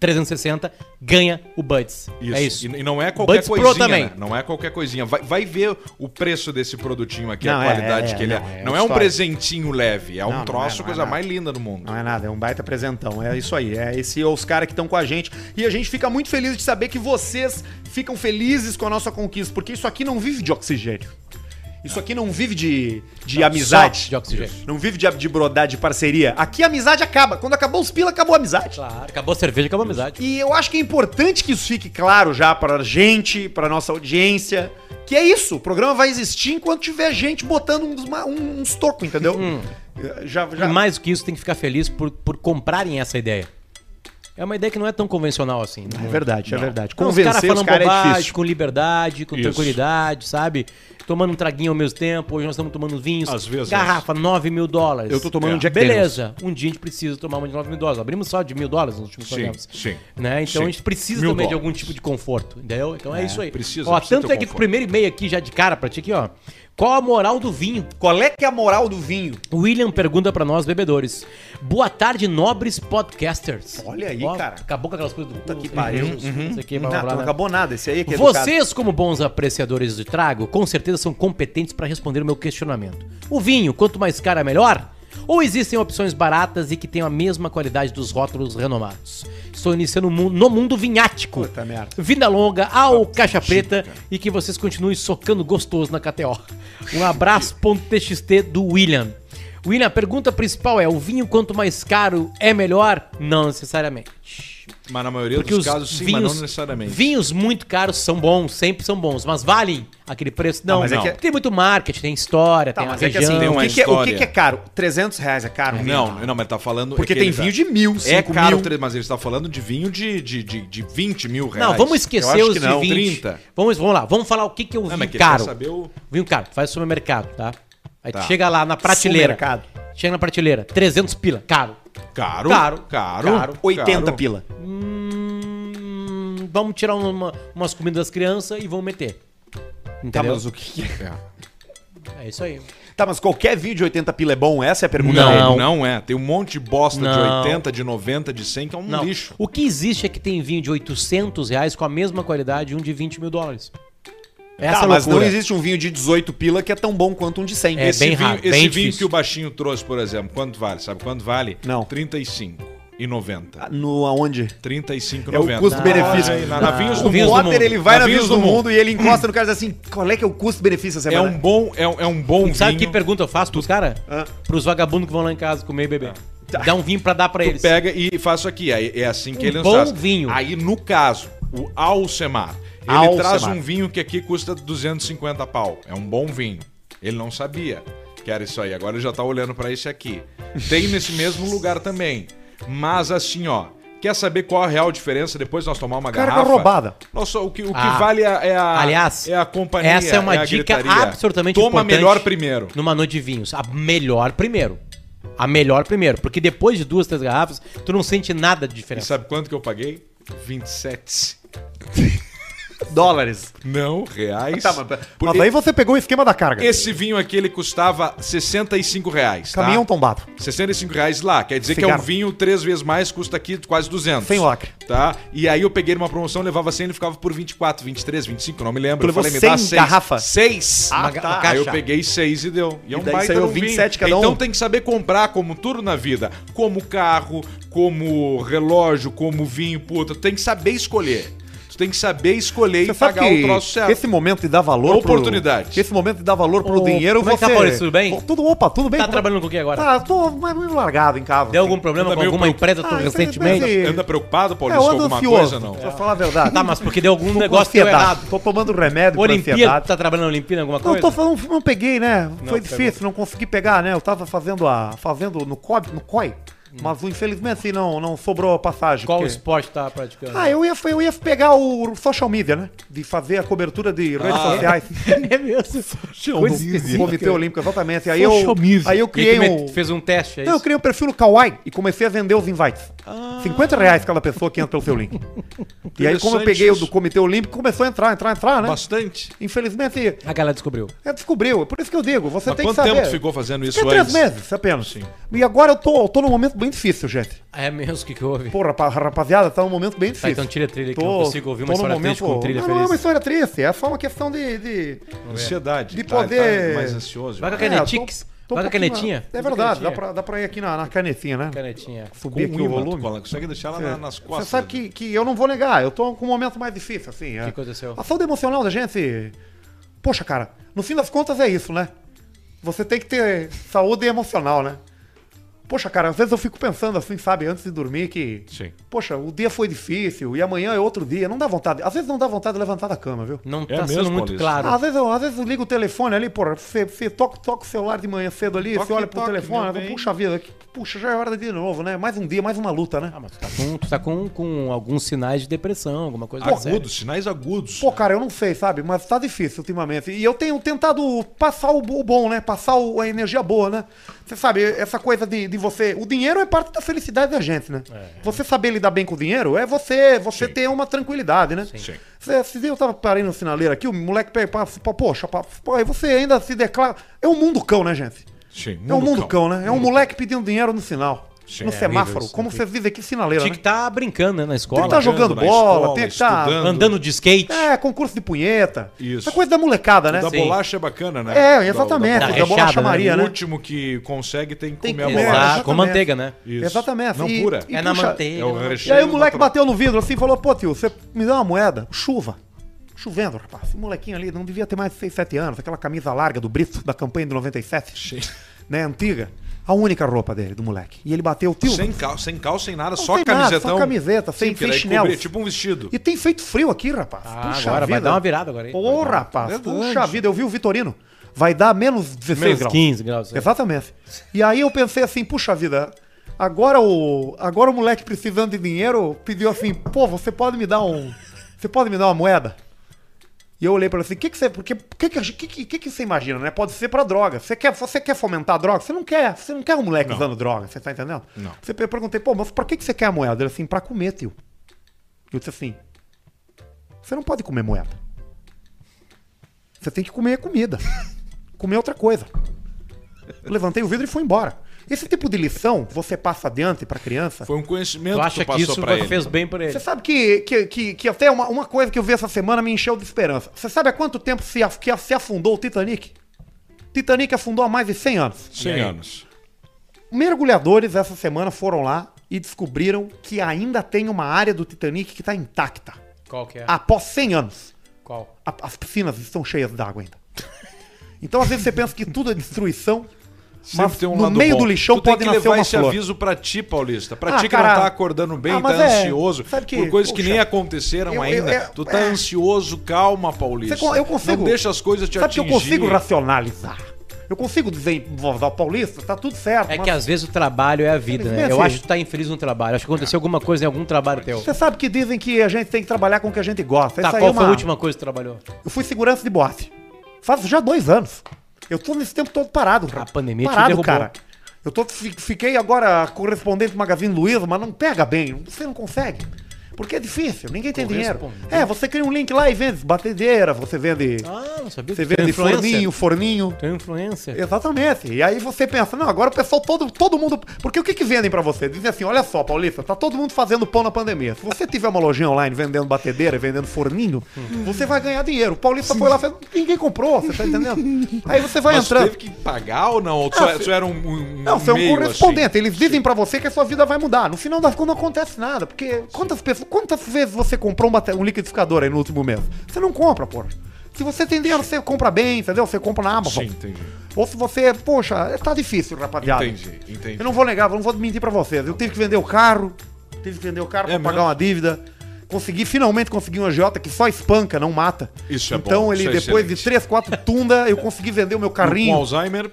C: 360, ganha o Buds.
B: Isso.
C: É isso.
B: E, e não é qualquer
C: Buds Pro
B: coisinha,
C: também.
B: né? Não é qualquer coisinha. Vai, vai ver o preço desse produtinho aqui,
A: Não,
B: a
A: é,
B: qualidade
A: é, é,
B: que ele é.
A: não, é
B: Não é um
A: história.
B: presentinho leve, é
A: Não,
B: um
A: não é,
B: troço,
A: não é
B: coisa
A: nada.
B: mais linda do mundo.
A: Não é nada, é um baita presentão. É isso aí. É esse os caras que estão com a gente. E a gente fica muito feliz de saber que vocês ficam felizes com a nossa conquista, porque isso aqui não vive de oxigênio. Isso aqui não vive de, de amizade.
C: de oxigênio.
A: Não vive de, de brodade, de parceria. Aqui a amizade acaba. Quando acabou os pila, acabou a amizade.
C: Claro, acabou a cerveja, acabou a amizade.
A: E eu acho que é importante que isso fique claro já pra gente, pra nossa audiência, que é isso. O programa vai existir enquanto tiver gente botando uns, ma- um- uns tocos, entendeu? Eh, Já,
C: E
A: já.
C: mais do que isso, tem que ficar feliz por, por comprarem essa ideia. É uma ideia que não é tão convencional assim.
A: É verdade, é verdade.
C: Não,
A: Convencer os caras
C: falando
A: é
C: bobagem,
A: difícil.
C: com liberdade, com
B: Isso.
C: tranquilidade, sabe? Tomando um traguinho ao mesmo tempo. Hoje nós estamos tomando uns vinhos.
B: Às vezes.
C: Garrafa, 9 mil dólares.
A: Eu tô tomando um Jack
C: Beleza. Um dia a gente precisa tomar uma de 9 mil dólares. Abrimos só de mil dólares nos últimos
B: Sim,
C: programas.
B: sim.
C: Né?
B: Sim.
C: Então a gente precisa
B: Mil
C: também de
B: dólares.
C: algum tipo de conforto, entendeu? Então é, isso aí.
B: precisa,
C: ó,
B: precisa
C: tanto
B: ter
C: é que o
B: conforto.
C: primeiro e-mail aqui, já de cara pra ti aqui, ó. Qual a moral do vinho?
A: Qual é que é a moral do vinho?
C: William pergunta pra nós, bebedores. Boa tarde, nobres podcasters.
A: Olha aí, cara.
C: Acabou com aquelas coisas do
A: que pariu. Uhum.
C: Isso aqui, blá,
A: Não,
C: blá, blá,
A: não
C: né?
A: acabou nada, esse aí que é educado.
C: Vocês, como bons apreciadores de trago, com certeza são competentes para responder o meu questionamento. O vinho, quanto mais caro é melhor? Ou existem opções baratas e que tenham a mesma qualidade dos rótulos renomados? Estou iniciando mu- no mundo vinhático.
A: Puta merda. Tá
C: Vida longa ao caixa preta e que vocês continuem socando gostoso na KTO. Um abraço.txt do William. William, a pergunta principal é: o vinho quanto mais caro é melhor? Não necessariamente.
B: Mas na maioria
C: Porque
B: dos
C: os
B: casos, sim,
C: vinhos,
B: mas não necessariamente.
C: vinhos muito caros são bons, sempre são bons, mas valem aquele preço? Não,
A: Ah, mas é
C: não.
A: que-
C: Porque tem muito marketing, tem história,
A: Tá,
C: tem a
A: mas é que
C: região.
A: assim,
B: tem
A: o
B: uma
A: que que, é- o que
B: história.
A: que é caro? 300 reais é caro? um vinho?
B: Não, não, mas tá falando.
A: Porque
B: é que
A: tem
B: ele tá-
A: vinho de mil,
B: É
A: cinco
B: caro,
A: mil.
B: tre- mas ele está falando de vinho de, de, de, de 20 mil reais.
C: Não, vamos
B: Eu
C: esquecer
B: acho
C: os
B: que
C: de
B: não,
C: 20.
B: 30.
C: Vamos, vamos lá, vamos falar o que, que é o vinho
B: mas que ele
C: caro.
B: quer saber o-
C: Vinho caro, faz supermercado, tá? Aí tu
B: Tá.
C: chega lá na prateleira.
A: Supermercado.
C: Chega na prateleira, 300 pila, caro.
B: Caro.
C: Caro.
B: Caro.
C: Caro.
A: 80 pila.
C: Hum, vamos tirar uma- umas comidas das crianças e vamos meter.
A: Tá,
C: Entendeu?
A: mas o que que é?
B: É.
C: É isso aí.
A: Tá, mas qualquer vídeo de 80 pila é bom? Essa é a pergunta
C: Não.
A: dele.
B: Não, não é. Tem um monte de bosta
C: Não.
B: de 80, de 90, de 100, que é um
C: Não.
B: lixo.
C: O que existe é que tem vinho de 800 reais com a mesma qualidade e um de 20 mil dólares. Essa
A: tá,
C: é a
A: mas não
C: loucura.
A: existe um vinho de 18 pila que é tão bom quanto um de 100.
C: É
A: Esse-
C: bem
B: vinho,
C: raro,
B: esse
C: bem
B: vinho
C: difícil.
B: que o baixinho trouxe, por exemplo, quanto vale? Sabe quanto vale?
A: Não.
B: 35 e 90.
A: No aonde?
B: 35
A: É o custo-benefício.
B: Na, na,
C: Não.
B: navios
A: O
B: do
C: Ah. Vinhos
B: mundo.
C: do
A: Potter,
C: mundo.
A: ele vai na
B: Navios
A: Vinhos do
B: do
A: mundo.
B: Mundo.
A: e ele encosta no cara e diz assim, qual é que é o custo-benefício dessa
B: É um
A: semana?
B: bom, é, um- é um bom
C: Sabe que
B: vinho.
C: pergunta eu faço pros caras?
A: Hã? Tá.
C: Pros vagabundos que vão lá em casa comer e beber. Dá um vinho pra dar pra
B: Tu
C: eles.
B: pega e faz isso aqui. aí É assim que
C: Um
B: ele
C: bom
B: lançasse.
C: vinho.
B: Aí, no caso, o Alcemar. Ele
A: Alcemar.
B: traz um vinho que aqui custa 250 pau. É um bom vinho. Ele não sabia que era isso aí. Agora ele já tá olhando pra esse aqui. Tem nesse mesmo lugar também. Mas assim, ó. Quer saber qual a real diferença depois de nós tomar uma
A: Carga
B: garrafa?
A: roubada.
B: Nossa, o que, o que
C: Ah.
B: vale é a, é a-
C: Aliás,
B: é a companhia.
C: essa é uma
B: a
C: dica
B: gritaria.
C: absolutamente
B: Toma
C: importante.
B: melhor primeiro.
C: Numa noite de vinhos. A melhor primeiro. A melhor primeiro. Porque depois de duas, três garrafas, tu não sente nada de
B: E
C: diferença.
B: sabe quanto que eu paguei? 27.
C: um
A: Dólares.
B: Não, reais.
A: Tá, mas,
B: Por-
A: mas aí você pegou o esquema da carga.
B: Esse vinho aqui, ele custava 65 reais, tá?
A: Caminhão tombado.
B: 65 reais lá, quer dizer que é
A: Cigarro.
B: um vinho três vezes mais, custa aqui quase 200.
A: Sem lacre.
B: Tá? E aí eu peguei numa promoção, levava 100, ele ficava por 24, 23, 25, não me lembro.
A: Tu
B: Eu
A: levou
B: falei, me
A: 100
B: dá 6.
A: garrafa?
B: 6.
A: Ah,
C: ga-
A: tá.
C: uma
B: Aí eu
C: caixa.
B: peguei 6 e deu. E é
A: E
B: um
A: daí
B: baita
A: saiu
B: de um
A: 27
B: vinho.
A: cada um.
B: Então tem que saber comprar como tudo na vida. Como carro, como relógio, como vinho, puta. Tu tem que saber escolher. Tu tem que saber escolher
A: Você
B: e
A: sabe
B: pagar
A: que
B: o troço certo.
A: esse momento de dar valor
B: Oportunidade.
A: Pro, esse momento de dar valor pro
C: Ô,
A: dinheiro,
C: como é que tá, Maurício? Tudo bem?
A: Tudo opa, tudo bem?
C: Tá trabalhando com o que agora?
A: Tá, tô mais meio largado em casa. assim.
C: Deu algum problema
B: Anda
C: com
B: meio
C: alguma
B: preocup-
C: empresa tu
A: Ah,
C: recentemente?
A: infelizmente-
B: Anda preocupado,
A: É, né?
B: Paulista, com
A: eu ando
B: alguma
A: ansioso,
B: coisa, não?
A: pra falar a verdade.
C: Tá, mas porque deu algum
A: Tô com
C: negócio que deu
A: ansiedade.
C: errado.
A: Tô tomando remédio pra
C: Olimpíada,
A: ansiedade.
C: tu tá trabalhando na Olimpíada em alguma
A: Não,
C: coisa?
A: eu tô falando, não peguei, né? Foi
C: pegou.
B: tá
A: difícil, não consegui pegar, né? Eu tava fazendo a. fazendo no COB, no COI. Mas infelizmente assim, não, não sobrou a passagem.
C: Qual
A: porque-
C: esporte tá praticando?
A: Ah, eu ia, eu ia pegar o social media, né? De fazer a cobertura de redes
B: Ah, é.
A: sociais.
C: É mesmo. Coisa
A: Do
C: esquisita.
A: Comitê Olímpico, exatamente. Aí eu,
B: Social media.
A: aí eu
C: E aí
A: criei
C: tu
A: um.
C: met- fez um teste, é
A: Não, eu
C: isso? Ah.
A: criei um perfil no Kawaii e comecei a vender os invites. 50 reais cada pessoa que entra pelo seu link. e aí, como eu
B: Interessante
A: peguei o
B: isso.
A: do Comitê Olímpico, começou a entrar, entrar, entrar, né?
B: Bastante.
A: Infelizmente,
C: A galera descobriu.
A: é, descobriu. Por isso que eu digo, você
B: Mas
A: tem que
B: quanto
A: saber.
B: tempo tu ficou fazendo isso
A: Fiquei três
B: antes?
A: meses apenas.
B: Sim.
A: E agora eu tô, eu tô no momento bem difícil, gente.
C: É mesmo, o que, que houve?
A: Porra, pa- rapaziada, tá um momento bem
C: Tá,
A: difícil.
C: então tira a trilha que
A: Tô-
C: eu não consigo ouvir
A: tô
C: uma
A: num
C: história
A: momento-
C: triste com trilha
A: não,
C: feliz.
A: Não, é uma história triste. É só uma questão de... de-
B: Ansiedade.
A: De
B: tá- tá
A: poder-
B: mais ansioso.
C: Vai com a
A: É,
C: canetix?
A: tô- tô
C: Vai com a
A: um pouquinho-
C: canetinha?
A: É verdade, dá
C: Canetinha.
A: pra, dá pra ir aqui na, na canetinha, né?
C: Canetinha. um
A: Subir
B: Com
A: aqui o
B: imã, tu
A: volume.
B: cola- Consegue deixar ela na- nas costas.
A: É.
B: né?
A: Você sabe que, que eu não vou negar, eu tô com um momento mais difícil, assim.
C: O que aconteceu?
A: A saúde emocional da gente. Poxa, cara, no fim das contas é isso, né? Você tem que ter saúde emocional, né? Poxa, cara, às vezes eu fico pensando assim, sabe, antes de dormir, que.
B: Sim.
A: Poxa, o dia foi difícil e amanhã é outro dia. Não dá vontade. Às vezes não dá vontade de levantar da cama, viu?
C: Não tá
B: É mesmo,
C: sendo muito
B: Paulista?
A: Ah,
C: claro.
A: às vezes, eu, às vezes eu ligo o telefone ali, porra, você, você toca, toca o celular de manhã cedo ali,
B: Toque,
A: você olha pro
B: toque,
A: telefone,
B: meu
A: fala,
B: bem.
A: puxa vida, que- puxa, já é hora de ir de novo, né? Mais um dia, mais uma luta, né?
C: Ah, mas tu tá, com, tu tá com, com alguns sinais de depressão, alguma coisa mais séria.
B: Agudos, sinais agudos.
A: Pô, cara, eu não sei, sabe? Mas tá difícil ultimamente. E eu tenho tentado passar o bo- o bom, né? Passar o- a energia boa, né? Você sabe, essa coisa de, de você. O dinheiro é parte da felicidade da gente, né? Você saber lidar bem com o dinheiro é você você
B: Sim.
A: ter uma tranquilidade, né?
B: Sim.
A: Cê- Esse dia eu tava parei no sinaleiro aqui, o moleque pega e fala, pô, poxa, pá, pô, aí você ainda se declara. É um mundo cão, né, gente?
B: Sim,
A: é um mundo cão, né? É um moleque pedindo dinheiro no sinal.
B: Sim,
A: no
B: é,
A: semáforo.
C: horrível isso,
A: Como
C: né?
A: você diz aqui, sinaleiro,
C: Tinha
A: né?
C: que tá brincando, né, na
A: Tem que
C: escola.
A: estar jogando
B: na
A: bola,
B: escola,
A: tem que tá estar.
B: estudando.
C: Andando de skate.
A: É, concurso de punheta.
B: Isso.
A: Essa coisa da molecada, né?
B: Da
C: Sim.
B: bolacha é bacana, né?
A: É,
B: Da-
A: exatamente.
C: Da-
A: Da,
C: da
A: bolacha
C: rechada, né?
A: Maria,
B: O
A: né?
B: último que consegue tem que
A: Tem que
B: comer a
A: comer.
B: bolacha.
C: Exato,
A: exatamente.
C: com manteiga, né?
B: Isso.
A: Exatamente.
B: Não
A: E-
B: pura.
A: e
C: é na
A: puxa-
C: manteiga.
B: É o
C: né?
A: E
B: recheio
A: aí o moleque
B: natural.
A: bateu no vidro assim e falou, pô, tio, você me dá uma moeda? Chuva. Chovendo, rapaz. O molequinho ali não devia ter mais de 6, 7 anos. Aquela camisa larga do Brito, da campanha de 97. Né, antiga. A única roupa dele, do moleque. E ele bateu, tio.
B: Sem calça, sem calça, sem nada,
A: Não
B: só
A: tem nada,
B: camisetão.
A: só camiseta, sem-
B: porque
A: sem
B: daí
A: chinelo.
B: cobria, Tipo um vestido.
A: E tem feito frio aqui, rapaz.
C: Ah, agora vai dar uma virada agora aí.
A: Ô, rapaz,
B: Verdade.
A: puxa vida, eu vi o Vitorino. Vai dar menos 16
C: Menos
A: graus.
C: 15 graus. é.
A: Exatamente. E aí eu pensei assim, puxa vida, agora o, agora o moleque precisando de dinheiro pediu assim, pô, você pode me dar um. Você pode me dar uma moeda? E eu olhei pra ele assim, o que, que você. Porque, que que, a gente- que, que, que que você imagina, né? Pode ser pra droga. Você quer, você quer fomentar a droga? Você não quer. Você não quer um moleque usando droga, você tá entendendo?
B: Não.
A: Você eu perguntei, pô, mas pra que, que você quer a moeda? Ele assim, pra comer, tio. Eu disse assim. Você não pode comer moeda. Você tem que comer comida. comer outra coisa. Eu levantei o vidro e fui embora. Esse tipo de lição você passa adiante pra criança.
B: Foi um conhecimento
C: Tu
B: que
C: acha
B: tu
C: que
B: passou
C: isso
B: pra
C: vai-
B: ele.
C: fez bem pra ele?
A: Você sabe que, que, que, que até uma, uma coisa que eu vi essa semana me encheu de esperança. Você sabe há quanto tempo se, af- que se afundou o Titanic? Titanic afundou há mais de 100 anos.
B: 100 anos.
A: Mergulhadores essa semana foram lá e descobriram que ainda tem uma área do Titanic que está intacta.
C: Qual que é?
A: Após 100 anos.
C: Qual?
A: A- as piscinas estão cheias d'água ainda. Então às vezes você pensa que tudo é destruição, mas
B: Sempre tem um
A: no
B: lado
A: meio
B: bom.
A: do lixão
B: tu tem
A: pode
B: que
A: nascer
B: levar
A: uma
B: esse
A: flor.
B: aviso pra ti, Paulista. Pra
A: Ah,
B: ti que
A: cara.
B: não tá acordando bem, tá
A: Ah, mas é-
B: ansioso.
A: sabe que-
B: por coisas que
A: poxa.
B: nem aconteceram
A: Eu- eu-
B: ainda.
A: é-
B: tu tá
A: é.
B: ansioso, calma, Paulista.
A: Você con- eu consigo-
B: Não deixa as coisas te
A: Sabe que eu
B: atingirem.
A: consigo racionalizar. Eu consigo dizer em voz ao paulista, tá tudo certo.
C: É
A: mas
C: que às vezes o trabalho é a vida, né?
A: Infelizmente,
C: Eu
A: sim.
C: acho que tu tá infeliz no trabalho. Acho que aconteceu alguma coisa em algum trabalho teu.
A: Você sabe que dizem que a gente tem que trabalhar com o que a gente gosta.
C: Tá,
A: Essa aí
C: qual
A: é
C: foi a
A: uma-
C: última coisa que tu trabalhou?
A: Eu fui segurança de boate. Faz já dois anos. Eu tô nesse tempo todo parado, cara.
C: pandemia te
A: parado,
C: derrubou.
A: cara. Eu tô, fi- fiquei agora correspondente do Magazine Luiza, mas não pega bem. Você não consegue. Porque é difícil, ninguém tem dinheiro.
C: Correspondente.
A: É, você cria um link lá e vende batedeira, você vende.
C: Ah, não sabia.
A: você
C: que tu era
A: vende
C: influencer.
A: forninho, forninho.
C: Tu é influencer.
A: Exatamente. E aí você pensa, não, agora o pessoal, todo, todo mundo. Porque o que, que vendem pra você? Dizem assim: olha só, Paulista, tá todo mundo fazendo pão na pandemia. Se você tiver uma lojinha online vendendo batedeira, vendendo forninho, você vai ganhar dinheiro. O Paulista foi lá, fez, ninguém comprou, você tá entendendo? aí você vai
B: Mas tu
A: entrando.
B: teve que pagar ou não? Ou tu,
A: Ah,
B: tu era um, um,
A: Não, você é um
B: meio,
A: correspondente.
B: assim?
A: Eles dizem pra você que a sua vida vai mudar. No final das contas não acontece nada. Porque quantas pessoas. Quantas vezes você comprou um, bate- um liquidificador aí no último mês? Você não compra, porra. Se você tem dinheiro, você compra bem, entendeu? Você compra na Amazon.
B: Sim, entendi.
A: Ou se você, poxa, tá difícil, rapaziada.
B: Entendi, entendi.
A: Eu não vou negar, não vou mentir pra vocês. Eu tive que vender o carro, tive que vender o carro
B: É
A: pra pagar
B: mesmo?
A: uma dívida. Consegui, finalmente consegui um agiota que só espanca, não mata.
B: Isso é bom,
A: Então ele,
B: isso é
A: depois de
B: excelente.
A: três, quatro tunda, eu consegui vender o meu
B: Com
A: carrinho.
B: Alzheimer,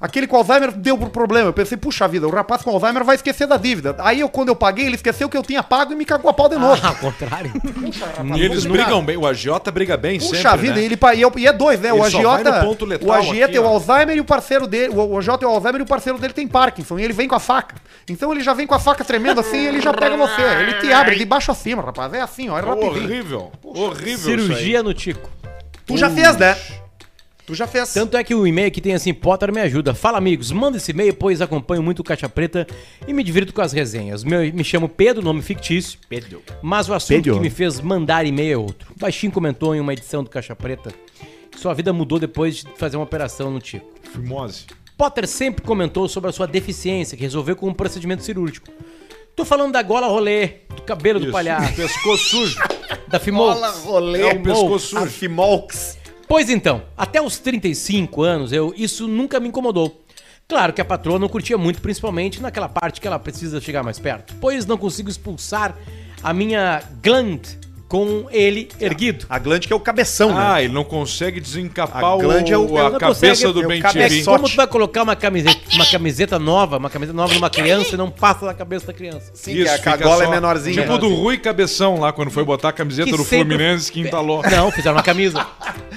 A: Aquele com Alzheimer deu pro problema. Eu pensei, puxa vida, o rapaz com Alzheimer vai esquecer da dívida. Aí eu, quando eu paguei, ele esqueceu que eu tinha pago e me cagou a pau de novo.
C: Ah, ao contrário.
B: e eles brigam bem. O agiota briga bem
A: Puxa
B: sempre,
A: vida,
B: né?
A: e ele, pa- e, eu- e é dois, né? o
B: Ele só vai
A: agiota,
B: no ponto letal
A: o agiota
B: aqui,
A: é o
B: ó.
A: Alzheimer e o parceiro dele, o, o agiota é o Alzheimer e o parceiro dele tem Parkinson, e ele vem com a faca. Então ele já vem com a faca tremendo assim, e ele já pega você, ele te abre de baixo a cima, rapaz. É assim, ó, é rapidinho.
B: Horrível, horrível isso aí.
C: Cirurgia no Tico.
A: Tu já fez, né? Tu já fez.
C: Tanto é que o e-mail aqui tem assim, Potter me ajuda. Fala amigos, manda esse e-mail, pois acompanho muito o Caixa Preta e me divirto com as resenhas. Meu, me chamo Pedro, nome fictício. Pedro. Mas o assunto
A: Pedro.
C: que me fez mandar e-mail é outro. O Baixinho comentou em uma edição do Caixa Preta que sua vida mudou depois de fazer uma operação no Tico.
B: Fimose.
C: Potter sempre comentou sobre a sua deficiência, que resolveu com um procedimento cirúrgico. Tô falando da gola rolê, do cabelo do
B: Isso.
C: palhaço,
B: Pescoço sujo.
C: da fimol.
A: rolê,
B: É o pescoço sujo.
A: Afimox.
C: Pois então, até os 35 anos, eu isso nunca me incomodou. Claro que a patroa não curtia muito, principalmente naquela parte que ela precisa chegar mais perto, pois não consigo expulsar a minha glande com ele erguido.
A: A glande que é o cabeção, né?
B: Ah, ele não consegue desencapar
A: A
B: o,
A: glande é o-
B: a
C: não
B: cabeça
C: consegue-
A: é
B: do
A: o
B: Ben
A: cabeção.
B: Tirim.
A: Só-
C: Como tu vai colocar uma camiseta, uma camiseta nova, uma camiseta nova numa criança e não passa na cabeça da criança?
A: Sim, que a
B: fica só-
A: cagola é menorzinha.
B: Tipo do Rui Cabeção lá, quando foi botar a camiseta do
C: sempre-
B: Fluminense, que entalou. É.
C: Não, fizeram uma camisa.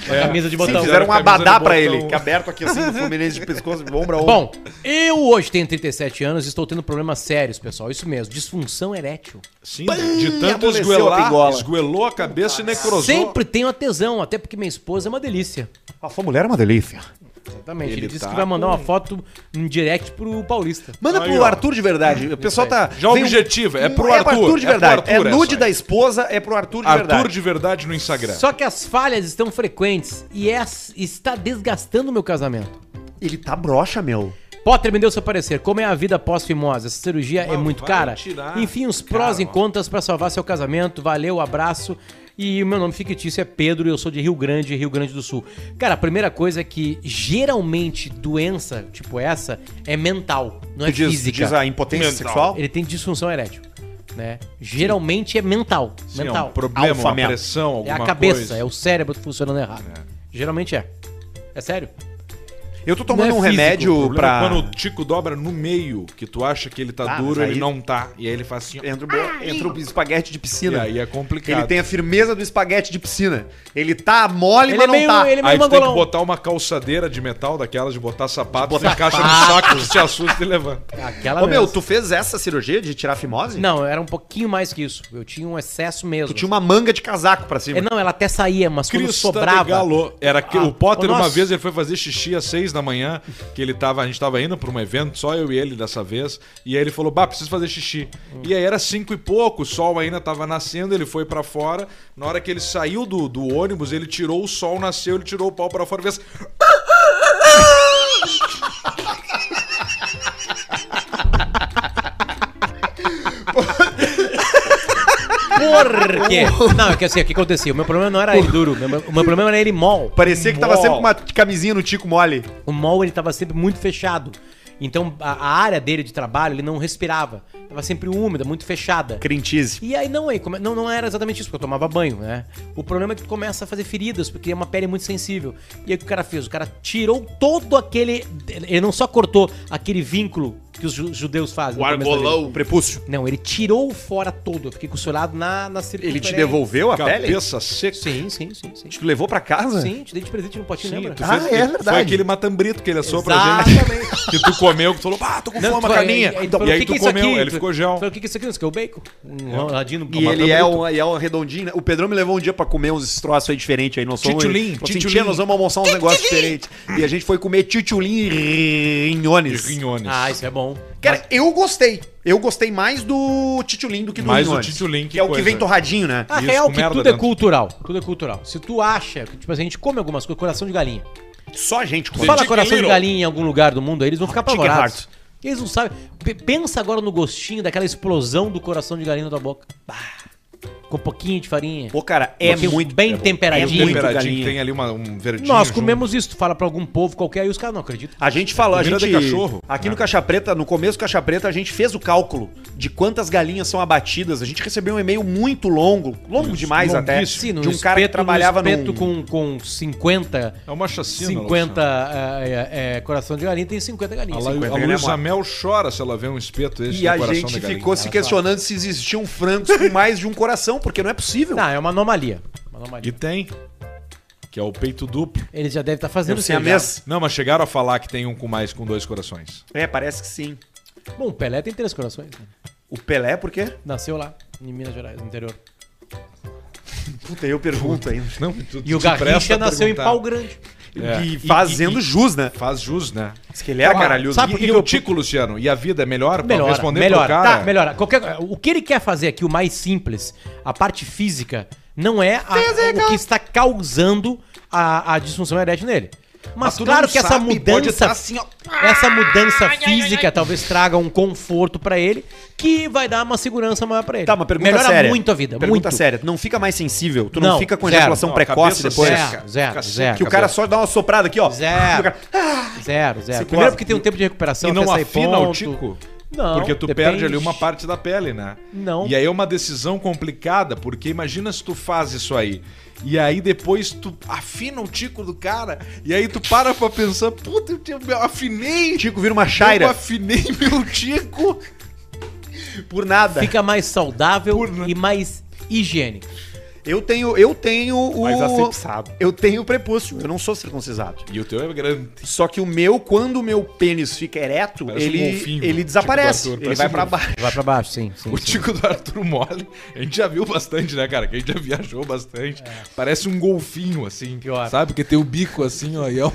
C: Uma camisa de
A: Sim,
C: botão.
A: fizeram um
B: Camisa de
A: abadá
B: botão.
A: pra ele, que é aberto aqui assim, do Fluminense de pescoço, de ombro a ombro.
C: Bom, eu hoje tenho 37 anos e estou tendo problemas sérios, pessoal. Isso mesmo, disfunção erétil.
B: Sim, de tanto
A: amoleceu a
B: esguelar,
A: pingola.
B: esguelou a cabeça e necrosou.
C: Sempre tenho a tesão, até porque minha esposa é uma delícia.
A: A sua mulher é uma delícia.
C: Exatamente. Ele,
B: Ele
C: disse
B: tá
C: que vai mandar uma foto em direct pro Paulista.
A: Manda
B: Aí,
A: pro
B: ó.
A: Arthur de verdade. O pessoal tá.
B: Já
A: vem um-
B: objetiva, é pro
A: É pro Arthur
B: Arthur,
A: de
B: é pro
A: verdade. É,
B: Arthur essa
A: nude
B: aí.
A: da esposa, é pro Arthur de verdade.
B: Arthur de verdade no Instagram.
C: Só que as falhas estão frequentes e essa está desgastando o meu casamento.
A: Ele tá broxa, meu.
C: Potter me deu seu parecer. Como é a vida pós-fimose? Essa cirurgia é
B: Mas
C: muito
B: vai
C: cara.
B: tirar.
C: Enfim, os prós
B: Cara,
C: e contras para salvar seu casamento. Valeu, abraço. E o meu nome fictício é Pedro e eu sou de Rio Grande, Rio Grande do Sul. Cara, a primeira coisa é que geralmente doença tipo essa é mental, não é
A: diz,
C: física.
A: diz a impotência
B: Mental.
A: sexual.
C: Ele tem disfunção erétil, né? Geralmente é mental,
B: Sim, é
C: mental.
B: um problema,
A: Alfa
B: uma
A: mel.
B: pressão, alguma
C: É a cabeça,
B: coisa.
C: é o cérebro funcionando errado. Geralmente é. É sério?
A: Eu tô tomando
C: Não é
A: um
C: físico, o
A: remédio
B: problema
A: pra.
B: é quando o Tico dobra no meio, que tu acha que ele tá
A: Ah,
B: duro,
A: mas aí-
B: ele não tá. E aí ele faz assim, ó.
A: Entra o, bo- entra o espaguete de
B: e
A: piscina.
B: aí é complicado.
A: Ele tem a firmeza do espaguete de piscina. Ele tá mole,
C: Ele
A: mas
C: é
A: não
C: meio-
A: tá.
C: ele é meio-
B: Aí tu tem que
C: mangolão.
B: botar uma calçadeira de metal daquelas de botar sapato, tu encaixa no saco, tu se assusta e levanta.
C: Aquela
A: Ô, meu,
C: mesmo.
A: tu fez essa cirurgia de tirar a fimose?
C: Não, era um pouquinho mais que isso. Eu tinha um excesso mesmo.
A: Tu tinha uma manga de casaco pra cima.
C: É, não, ela até saía, mas quando
B: Crista
C: sobrava.
B: de Galo. Era que,
C: Ah,
B: o Potter,
C: ô,
B: uma
C: nossa.
B: vez, ele foi fazer xixi às seis da manhã, que ele tava, a gente tava indo pra um evento, só eu e ele dessa vez, e aí ele falou, bah, preciso fazer xixi. E aí era cinco e pouco, o sol ainda tava nascendo, ele foi pra fora, na hora que ele saiu do, do ônibus, ele tirou o sol, nasceu, ele tirou o pau pra fora e fez...
C: Por quê? não, é que assim, o que acontecia? O meu problema não era ele duro, meu- o meu problema era ele mol.
A: Parecia que tava
B: Mó.
A: sempre com uma camisinha no tico mole.
C: O mol ele tava sempre muito fechado. Então a, a área dele de trabalho ele não respirava. Tava sempre úmida, muito fechada.
A: Crentise.
C: E aí não, aí, come- não, não era exatamente isso, porque eu tomava banho, né? O problema é que tu começa a fazer feridas, porque é uma pele muito sensível. E aí o que o cara fez? O cara tirou todo aquele. Ele não só cortou aquele vínculo que os ju- judeus fazem.
A: O
C: no começo da vida.
A: argolão, o prepúcio.
C: Não, ele tirou fora todo. Eu fiquei costurado na, na
A: Ele te
C: circunferência.
A: devolveu a pele?
B: Cabeça seca.
C: Sim, sim, sim, sim.
A: Tu levou pra casa?
C: Sim, te dei de presente no potinho,
B: Sim,
C: lembra?
B: tu
A: Ah,
B: fez,
A: é
B: aquele-
A: verdade.
B: Foi aquele matambrito que ele assou pra gente.
C: Exatamente.
B: Que tu comeu, que tu falou, então, bah, tô com
C: Não,
B: fome,
C: tu-
B: a carninha.
C: aí- aí
B: E
C: falou,
B: aí
C: "Que que é
B: tu
C: isso aqui?"
B: comeu, ele
C: Tu-
B: ficou gel.
C: Falei, o que que é isso aqui? Isso aqui é o bacon? Um radinho
A: E ele é um, e é um redondinho. né? O Pedrão me levou um dia pra comer uns troços aí diferentes. Aí nós somos.
B: Tchutchulim,
A: Falou assim,
B: tchutchulim.
A: "Tia, nós vamos almoçar uns negócios diferentes. E a gente foi comer tchutchulim e rinhones.
B: Rinhones.
C: Ah, isso é bom.
A: Cara, eu gostei. Eu gostei mais do tchutchulim do que do
B: Mais do
A: rinhones.
B: tchutchulim, que
A: que é o que
B: coisa.
A: vem torradinho, né?
C: A
B: Isso,
C: real
B: com
C: que
B: merda
C: tudo é
B: dentro.
C: cultural. Tudo é cultural. Se tu acha, que, tipo assim, a gente come algumas coisas, coração de galinha.
A: Só a gente
C: Tu
A: come.
C: fala
B: Chicken
C: coração
B: Little.
C: de galinha em algum lugar do mundo, aí eles vão ficar
A: Chicken
C: apavorados.
A: Heart.
C: Eles não sabem. P- pensa agora no gostinho daquela explosão do coração de galinha na tua boca. Bah. Com um pouquinho de farinha.
A: Pô, cara, é
C: Gostinho
A: muito.
C: bem
A: é bom.
C: temperadinho.
A: É
B: Muito
A: muito
B: temperadinho,
A: galinha.
B: tem ali uma, um verdinho.
C: Nós
B: junto.
C: comemos isso. Tu fala pra algum povo qualquer, aí os caras não acreditam.
A: A gente falou, a
B: Comida
A: gente.
B: de cachorro.
A: Aqui
B: É.
A: no Caixa Preta, no começo do Caixa Preta, a gente fez o cálculo de quantas galinhas são abatidas. A gente recebeu um e-mail muito longo, longo demais até,
C: Sim,
A: de um cara que trabalhava
C: no
A: num...
C: espeto com, com 50,
B: É uma chacina.
C: 50 é, é, é, coração de galinha, tem 50 galinhas.
B: Alexandre. A,
A: 50
B: Lu- a
A: galinha
B: Luísa
A: morta.
B: Mel chora se ela vê um espeto esse
A: E a
B: no coração
A: gente
B: da galinha.
A: ficou se questionando se existiam frangos com mais de um coração, porque não é possível.
C: Não, é uma anomalia. Uma anomalia.
B: E tem, que é o peito duplo.
C: Ele já deve estar fazendo
A: Deve ser a
C: já.
A: mesma.
B: Não, mas chegaram a falar que tem um com mais, com dois corações.
A: É, parece que sim.
C: Bom, o Pelé tem três corações. né?
A: O Pelé, por quê?
C: Nasceu lá, em Minas Gerais, no interior.
A: Puta, eu pergunto ainda.
B: Não, tu,
C: E o Garrincha nasceu em Pau Grande.
B: É.
A: E fazendo
B: E- e-
A: jus, né?
B: Faz jus, né?
A: Diz que ele é
C: Então,
A: caralhudo.
C: sabe-
B: e,
C: por que
B: e
C: que
B: o
C: eu-
B: Tico, Luciano? E a vida é melhor?
C: Melhora,
B: Responder
C: melhora,
B: pro cara.
C: tá, melhora. Qualquer, o que ele quer fazer aqui, o mais simples, a parte física, não é a- o que está causando a, a disfunção erétil nele.
B: Mas
C: Mas
B: Ah, tu
C: claro
B: não
C: que essa
B: sabe, pode
C: mudança,
B: tá assim, ó.
C: essa mudança física talvez traga um conforto pra ele, que vai dar uma segurança maior pra ele.
A: Tá, uma pergunta
C: Melhora
A: séria.
C: muito a vida,
A: Pergunta
C: muito.
A: séria. Tu não fica mais sensível? Tu não,
C: Não,
A: fica com
C: zero.
A: ejaculação
B: Não,
A: precoce
B: cabeça
A: depois?
B: seca.
C: Zero, zero,
B: Fica seca,
C: zero.
A: Que o cara só dá uma soprada aqui, ó.
C: Zero.
A: O cara- "Ah,
C: Zero, zero.
A: Circulado.
C: Primeiro porque tem um tempo de recuperação
B: E não
C: até sair
B: afina
C: ponto.
B: o tico?
C: Não,
B: porque tu
C: depende.
B: perde ali uma parte da pele, né?
C: Não.
B: E aí é uma decisão complicada, porque imagina se tu faz isso aí. E aí depois tu afina o tico do cara, e aí tu para pra pensar, puta, eu, te- eu afinei.
A: O Tico vira uma
B: Eu
A: chaira
B: afinei meu tico.
A: por nada.
C: Fica mais saudável
B: Por-
C: e mais higiênico.
A: Eu tenho, eu tenho o.
D: Mas asepsado.
A: Eu tenho o prepúcio. Eu não sou circuncisado.
B: E o teu é grande.
A: Só que o meu, quando o meu pênis fica ereto,
B: Parece um
A: ele,
B: golfinho,
A: ele
B: tipo
A: desaparece.
B: do Arthur,
A: ele
B: parece
A: vai
B: um
A: pra baixo.
C: Vai pra baixo, sim. sim,
B: O
C: sim.
B: tico do Arthur Mole, a gente já viu bastante, né, cara? Que a gente já viajou bastante. Parece um golfinho, assim.
C: Pior.
B: Sabe? Porque tem o bico assim, ó. E é um...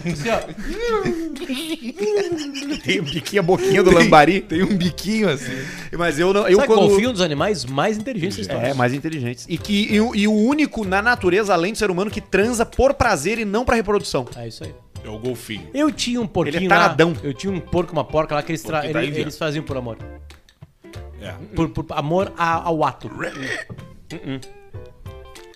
A: Tem o biquinho, a boquinha do
B: tem-
A: lambari.
B: Tem um biquinho assim.
A: Mas eu não. Eu
C: Sabe,
A: quando...
C: golfinho é um dos animais mais inteligentes da história.
A: É, mais inteligentes. E, que, e, o- e o único na natureza, além do ser humano, que transa por prazer e não pra reprodução.
C: É isso aí.
B: É o golfinho.
C: Eu tinha um porquinho
A: Ele é taradão.
C: lá. Eu tinha um porco, uma porca lá que eles, tra-
B: Porquinho da
C: ele-
B: Índia.
C: eles faziam por amor.
B: É.
C: Por, por amor a- ao ato.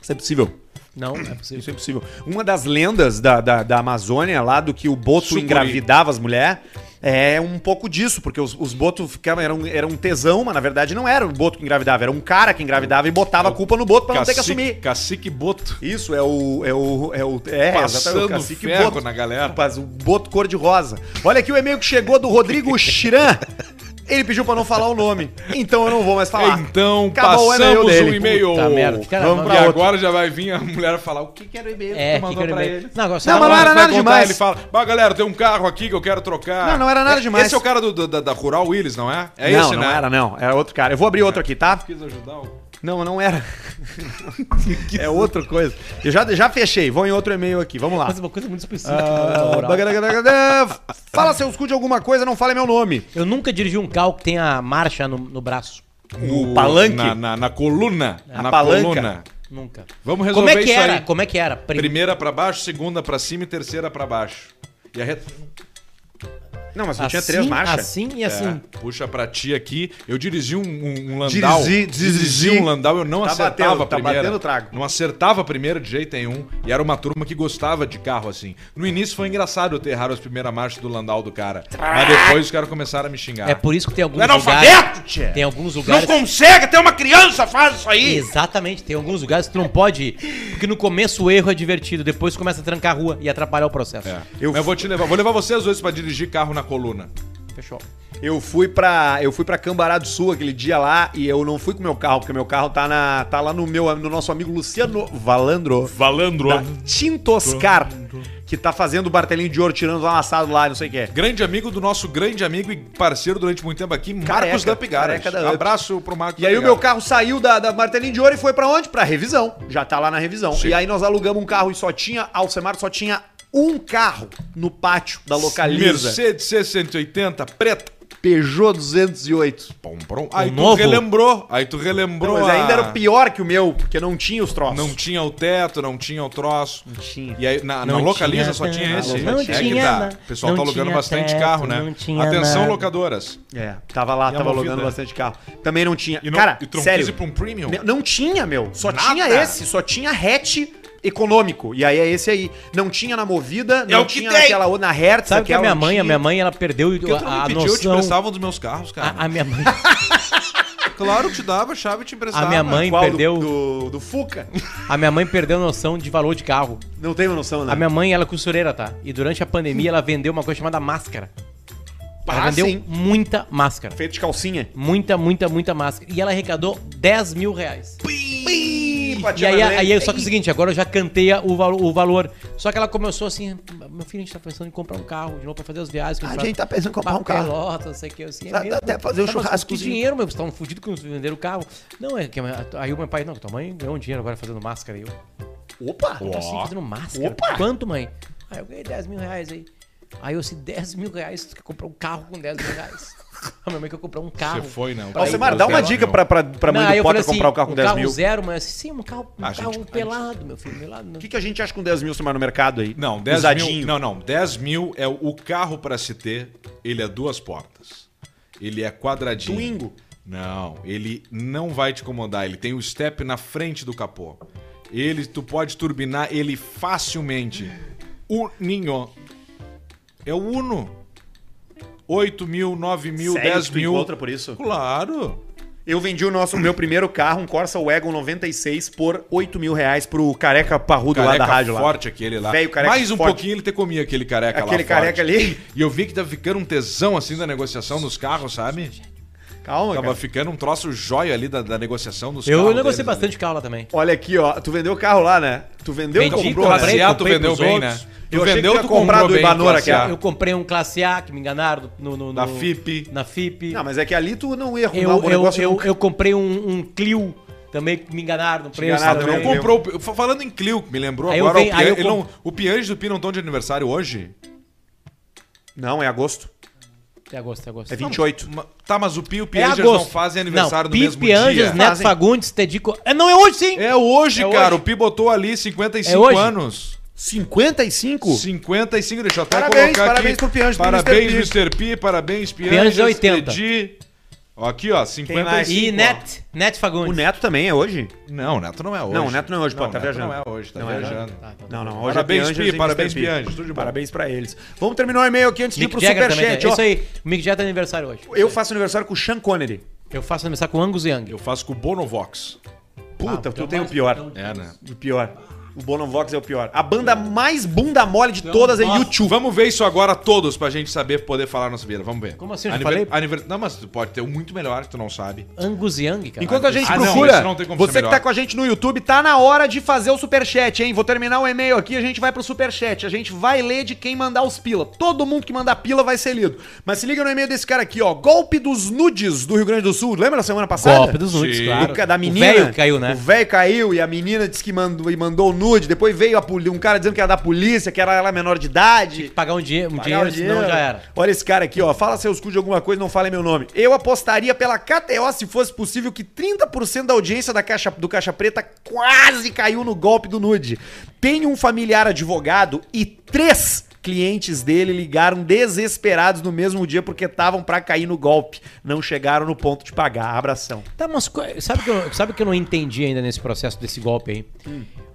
A: Isso é possível.
C: Não, não é possível.
A: Isso é impossível. Uma das lendas da, da, da Amazônia, lá do que o boto
B: Sucuri.
A: engravidava as mulheres, é um pouco disso, porque os, os botos ficavam, eram, eram um tesão, mas na verdade não era o boto que engravidava, era um cara que engravidava e botava a culpa no boto pra não ter que assumir.
B: Cacique Boto.
A: Isso é o. É o. É o. É,
B: Passando
A: exatamente, o cacique
B: ferro
A: boto.
B: na galera.
A: Rapaz, o boto cor-de-rosa. Olha aqui o e-mail que chegou do Rodrigo Chiran. Ele pediu pra não falar o nome, então eu não vou mais falar.
B: Então,
A: Acabou o e-mail
B: passamos o
A: dele.
B: e-mail.
C: Puta merda, que cara
B: Vamos
C: mal.
B: pra
C: Outro.
B: agora já vai vir a mulher falar o que que era o e-mail
C: É,
B: tu
C: que
B: mandou
C: que era
B: pra
C: bem-
B: ele.
C: Não, agora
A: Não, mas
B: Agora
A: não era
B: tu vai
A: nada
B: contar,
A: demais.
B: Ele fala, bah, galera, tem um carro aqui que eu quero trocar.
A: Não, não era nada
B: É-
A: demais.
B: Esse é o cara do- do- da, da Rural Willis, não é? É
A: não,
B: esse,
A: não
B: né?
A: era, não. Era outro cara. Eu vou abrir outro aqui, tá?
B: Quis ajudar o...
A: Não, não era. é outra coisa. Eu já, já fechei, vou em outro e-mail aqui, vamos lá.
C: Mas é uma coisa muito específica.
A: Ah,
C: moral.
A: bagadagadagada. Fala seus cu de alguma coisa, não fale meu nome.
C: Eu nunca dirigi um carro que tenha marcha no, no braço.
A: No palanque?
B: Na, na- na coluna.
A: Na
B: na
A: palanca.
B: coluna.
C: Nunca.
B: Vamos
C: Como
B: resolver
C: é que
B: isso
C: era?
B: aí.
C: Como é que era? Prim-
B: Primeira pra baixo, segunda pra cima e terceira pra baixo. E a reta...
A: Não, mas eu
C: assim,
A: tinha três marchas.
C: Assim e
B: É,
C: assim.
B: puxa pra ti aqui. Eu dirigi um, um, um Landau.
A: Dirigi- dirigi.
B: um Landau, eu não
A: Tá
B: acertava
A: batendo,
B: a
A: tá
B: primeira.
A: batendo trago.
B: Não acertava a primeira de jeito nenhum. E era uma turma que gostava de carro, assim. No início foi engraçado eu ter errado as primeiras marchas do Landau do cara. Mas depois os caras começaram a me xingar.
C: É por isso que tem alguns
B: Tá. Analfabeto, tchê!
C: Tem alguns lugares.
B: consegue, até uma criança faz isso aí!
C: Exatamente, tem alguns lugares que tu não pode ir. Porque no começo o erro é divertido, depois tu começa a trancar a rua e atrapalhar o processo.
B: É.
A: Eu-
B: Eu, Mas eu vou te levar, vou levar vocês dois pra dirigir carro na coluna.
C: Fechou.
A: Eu fui pra eu fui para Cambará do Sul aquele dia lá e eu não fui com meu carro, porque meu carro tá na tá lá no meu no nosso amigo Luciano Valandro.
B: Valandro.
A: Da Tintoscar, que tá fazendo o bartelinho de ouro tirando o amassado lá, não sei o que é.
B: Grande amigo do nosso grande amigo e parceiro durante muito tempo aqui, Marcos
A: Careca,
B: da Pigaras.
A: careca da-
B: Abraço pro Marcos
A: E aí
B: da
A: o meu
B: Pigaras.
A: carro saiu da, da Martelinho de Ouro e foi pra onde? Pra revisão. Já tá lá na revisão.
B: Sim.
A: E aí nós alugamos um carro e só tinha, Alcemar só tinha um carro no pátio da localiza.
B: Mercedes C180 preta.
A: Peugeot 208.
B: Pom, pom. Aí tu
C: novo?
B: relembrou, aí tu relembrou.
A: Mas
B: a-
A: ainda era pior que o meu, porque não tinha os troços.
B: Não tinha o teto, não tinha o troço. Não
A: tinha.
B: E aí, na, na
C: Não
B: localiza
C: tinha
B: só tinha
C: nada.
B: esse.
C: Não
B: é que
C: tinha
B: tá.
C: nada.
B: O pessoal
C: Não
B: tá alugando
C: tinha
B: bastante
C: teto,
B: carro, né?
C: não tinha
B: Atenção,
C: nada.
B: locadoras.
A: É, tava lá,
B: E a
A: tava
B: Movida?
A: alugando bastante carro. Também não tinha.
B: E não,
A: Cara,
B: e tu não quis
A: sério.
B: ir pra um premium?
A: Ne- Não tinha, meu. Só
B: Nada.
A: tinha esse, só tinha hatch econômico. E aí é esse aí. Não tinha na Movida, não
B: É o que
A: tinha
B: tem.
A: naquela outra, na Hertz.
C: Sabe que a
B: é
A: aquela
C: minha
A: não
C: mãe,
A: tinha.
C: a minha mãe, ela perdeu
B: Por que um tu não
C: a,
B: me
C: a
B: pediu? Eu te
C: noção.
B: emprestava um dos meus carros, cara.
C: A, a minha mãe,
B: Claro, eu te dava a chave e te emprestava.
C: a minha mãe
A: Qual? Do-
C: perdeu,
A: Do, do Fuca.
C: a minha mãe perdeu a noção de valor de carro.
A: Não tenho noção,
B: Ah.
A: né?
C: A minha mãe, ela é costureira, tá? E durante a pandemia ela vendeu uma coisa chamada máscara. Ela
A: Ah,
C: vendeu
A: sim.
C: muita máscara.
A: Feito de calcinha.
C: Muita, muita, muita máscara. E ela arrecadou 10 mil reais.
A: Pi,
C: E aí, aí, só que é o seguinte, agora eu já cantei a- o, valo- o valor. Só que ela começou assim, meu filho, a gente tá pensando em comprar um carro de novo pra fazer as viagens. que
A: A
C: gente vai
A: gente tá pensando em comprar
C: pra
A: um carro.
C: Pelotas, não sei o que, assim.
A: Dá- dá até fazer um
C: Tá, mas Que
A: churrascozinho."
C: dinheiro, meu, vocês estavam fudidos que nos venderam o carro. Não, é que aí o meu pai, não, tua mãe ganhou um dinheiro agora fazendo máscara. E eu,
A: Opa!
C: tá assim, fazendo máscara?
A: Opa!
C: Quanto, mãe? Aí eu ganhei 10 mil reais aí. Aí eu disse, 10 mil reais, tu quer comprar um carro com 10 mil reais. A minha mãe quer comprar um carro.
B: Você foi, não.
A: Ó, Alcemar, dá uma dica pra, pra, pra mãe
C: Não, aí
A: do
C: eu
A: Potter
C: falei assim,
A: comprar o carro com 10 mil.
C: carro zero, mas assim, sim, um carro, um
B: Ah,
C: carro
B: gente,
C: pelado, meu filho, pelado. né?
A: O que, que a gente acha com 10 mil, Alcemar, no mercado aí?
B: Não, 10
A: Usadinho.
B: mil. Não, não. 10 mil é o carro pra se ter, ele é duas portas. Ele é quadradinho.
A: Twingo.
B: Não, ele não vai te incomodar. Ele tem o step na frente do capô. Ele, tu pode turbinar ele facilmente. O Ninho. É o Uno. 8 mil, 9 mil,
A: Sério
B: 10
A: que tu
B: mil.
A: encontra por isso?
B: Claro.
A: Eu vendi o nosso, o meu primeiro carro, um Corsa Wagon 96, por 8 mil reais pro careca parrudo lá
B: Careca
A: da rádio lá.
B: forte aquele lá.
A: Velho careca
B: Mais um
A: forte.
B: pouquinho ele ter comido aquele careca lá
A: Aquele careca
B: forte.
A: ali.
B: E eu vi que tá ficando um tesão assim da negociação dos carros, sabe?
A: Calma,
B: Tava
A: cara.
B: ficando um troço jóia ali da, da negociação
A: é
B: dos
C: Eu
B: carros
C: negociei
B: deles,
A: né?
C: bastante carro lá também.
A: Olha aqui, ó. Tu vendeu o carro lá, né? Tu vendeu
C: Vendi,
A: ou comprou,
B: né?
C: comprei,
A: né?
B: Classe A tu
C: comprei
B: vendeu
C: pros
B: bem,
C: outros.
B: né?
A: Eu achei que
B: vendeu
A: tu ia comprar do Ibanor
B: Classe
A: aquela.
B: A?
C: Eu comprei um Classe A que me enganaram no, no, no-
B: Da Fipe.
C: Na FIP.
A: Não, mas é que ali tu não ia arrumar
C: eu,
A: um bom
C: eu,
A: negócio
C: eu,
A: nunca.
C: eu comprei um, um Clio também que me enganaram no preço.
A: enganaram
B: Tu não
A: também.
C: também.
B: comprou. o- fa- Falando em Clio, que me lembrou
C: Aí eu
B: agora.
C: venho-
B: o
C: aí
B: Pian-
C: eu
B: ele não- o Piange do Pi não estão de aniversário hoje?
A: Não, é agosto.
C: Até agosto, até agosto.
A: É 28.
B: Ma- Tá, mas o Pio e o
C: É
B: Pianges
C: agosto.
B: não fazem aniversário
C: não,
B: no mesmo
C: Pipe Anjos,
B: dia.
C: Neto
A: Fazem.
C: Fagundes, Tedico... É, não, é hoje sim!
B: É hoje,
C: É
B: cara.
C: hoje.
B: O Pi botou ali 55
C: É hoje.
B: anos.
A: 55?
B: 55, deixa eu até
A: Parabéns,
B: colocar
A: parabéns
B: aqui.
A: pro Pianges, pro
B: Parabéns,
A: Mr.
B: Mr. Pi, parabéns, Pianges.
C: Pianges é 80.
B: Pedi. Ó, Aqui, ó, 55.
A: mais?
C: E
A: ó.
C: Net, Net Fagundes.
A: O Neto também é hoje?
B: Não, o Neto não é hoje.
A: Não, o Neto não é hoje, pô, tá
B: o Neto
A: viajando.
B: Não é hoje, tá
A: Não é
B: viajando.
C: Ah, então tá.
A: Não, é não.
B: Parabéns,
A: Pianges
B: Pi,
A: e
B: parabéns,
A: Mr. Pi.
B: Pianges, tudo de bom.
A: Parabéns pra eles. Vamos terminar o e-mail aqui antes de ir
C: Mick
A: pro
C: Jagger também.
A: Superchat,
C: É
A: ó.
C: isso aí. O Mick Jagger tá aniversário hoje.
A: Eu faço aniversário com o Sean Connery.
C: Eu faço aniversário com o Angus Young.
B: Eu faço com o Bonovox.
A: Puta,
C: Ah,
A: tu
C: então
A: tem o
C: mais-
A: pior.
C: então-
B: É, né?
A: O pior. O Bonovox é o pior. A banda mais bunda mole
B: um
A: de todas é
C: nossa.
A: YouTube.
B: Vamos ver isso agora todos pra gente saber poder falar nossa vida. Vamos ver.
C: Como assim? Eu já
B: Aniver-
C: falei?
B: aniver- Não, mas tu pode ter um muito melhor que tu não sabe.
C: Angus Young, cara.
A: Enquanto a gente
B: Ah, não,
A: procura,
B: isso não tem como ser
A: você que tá
B: melhor.
A: com a gente no YouTube, tá na hora de fazer o superchat, hein? Vou terminar o e-mail aqui, a gente vai pro superchat. A gente vai ler de quem mandar os pila. Todo mundo que mandar pila vai ser lido. Mas se liga no e-mail desse cara aqui, ó. Golpe dos nudes do Rio Grande do Sul. Lembra da semana passada?
C: Golpe dos nudes,
B: Sim.
C: claro.
A: Do ca- da menina.
C: O velho caiu, né?
A: O velho caiu e a menina disse que mandou, e mandou o nude. Depois veio a poli- um cara dizendo que era da polícia, que era ela é menor de idade.
C: Pagar um, dinhe um
A: Pagar
C: dinheiro,
A: o
C: senão
A: dinheiro.
C: já era.
A: Olha esse cara aqui, ó. Fala seus cu de alguma coisa, não fale meu nome. Eu apostaria pela KTO se fosse possível que 30% da audiência da Caixa, do Caixa Preta quase caiu no golpe do nude. Tem um familiar advogado e três clientes dele ligaram desesperados no mesmo dia porque estavam pra cair no golpe. Não chegaram no ponto de pagar. Abração.
C: Tá, mas co- sabe que, eu, sabe que eu não entendi ainda nesse processo desse golpe aí?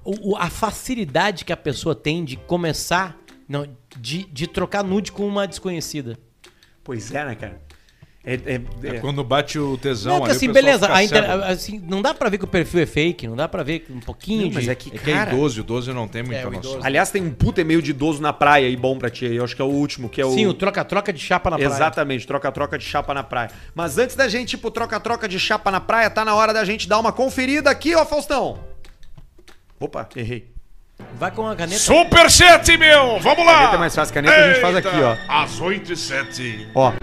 C: O, o- a facilidade que a pessoa tem de começar, não, de, de trocar nude com uma desconhecida.
A: Pois é, né, cara? É, é-
B: É.
A: é-
B: quando bate o tesão
C: Não, porque
B: ali,
C: assim,
B: o pessoal
C: beleza,
B: fica
C: a inter-
B: cego.
C: assim, não dá pra ver que o perfil é fake, não dá pra ver que um pouquinho
A: Não, mas
C: de...
A: é que,
B: É que é
A: cara...
B: idoso, o idoso não tem muita
C: É, o
B: noção.
C: idoso.
A: Aliás, tem um puta e-mail de idoso na praia aí bom pra ti. aí. Eu acho que é o último, que é
C: Sim, o troca-troca de chapa na praia.
A: Exatamente, troca-troca de chapa na praia. Mas antes da gente ir pro troca-troca de chapa na praia, tá na hora da gente dar uma conferida aqui, ó, Faustão. Opa, errei.
C: Vai com a caneta.
B: Super 7, meu! Vamos lá!
A: Caneta é mais fácil, caneta a gente faz
B: Eita!
A: aqui, ó.
B: Às 8 e 7.
A: Ó,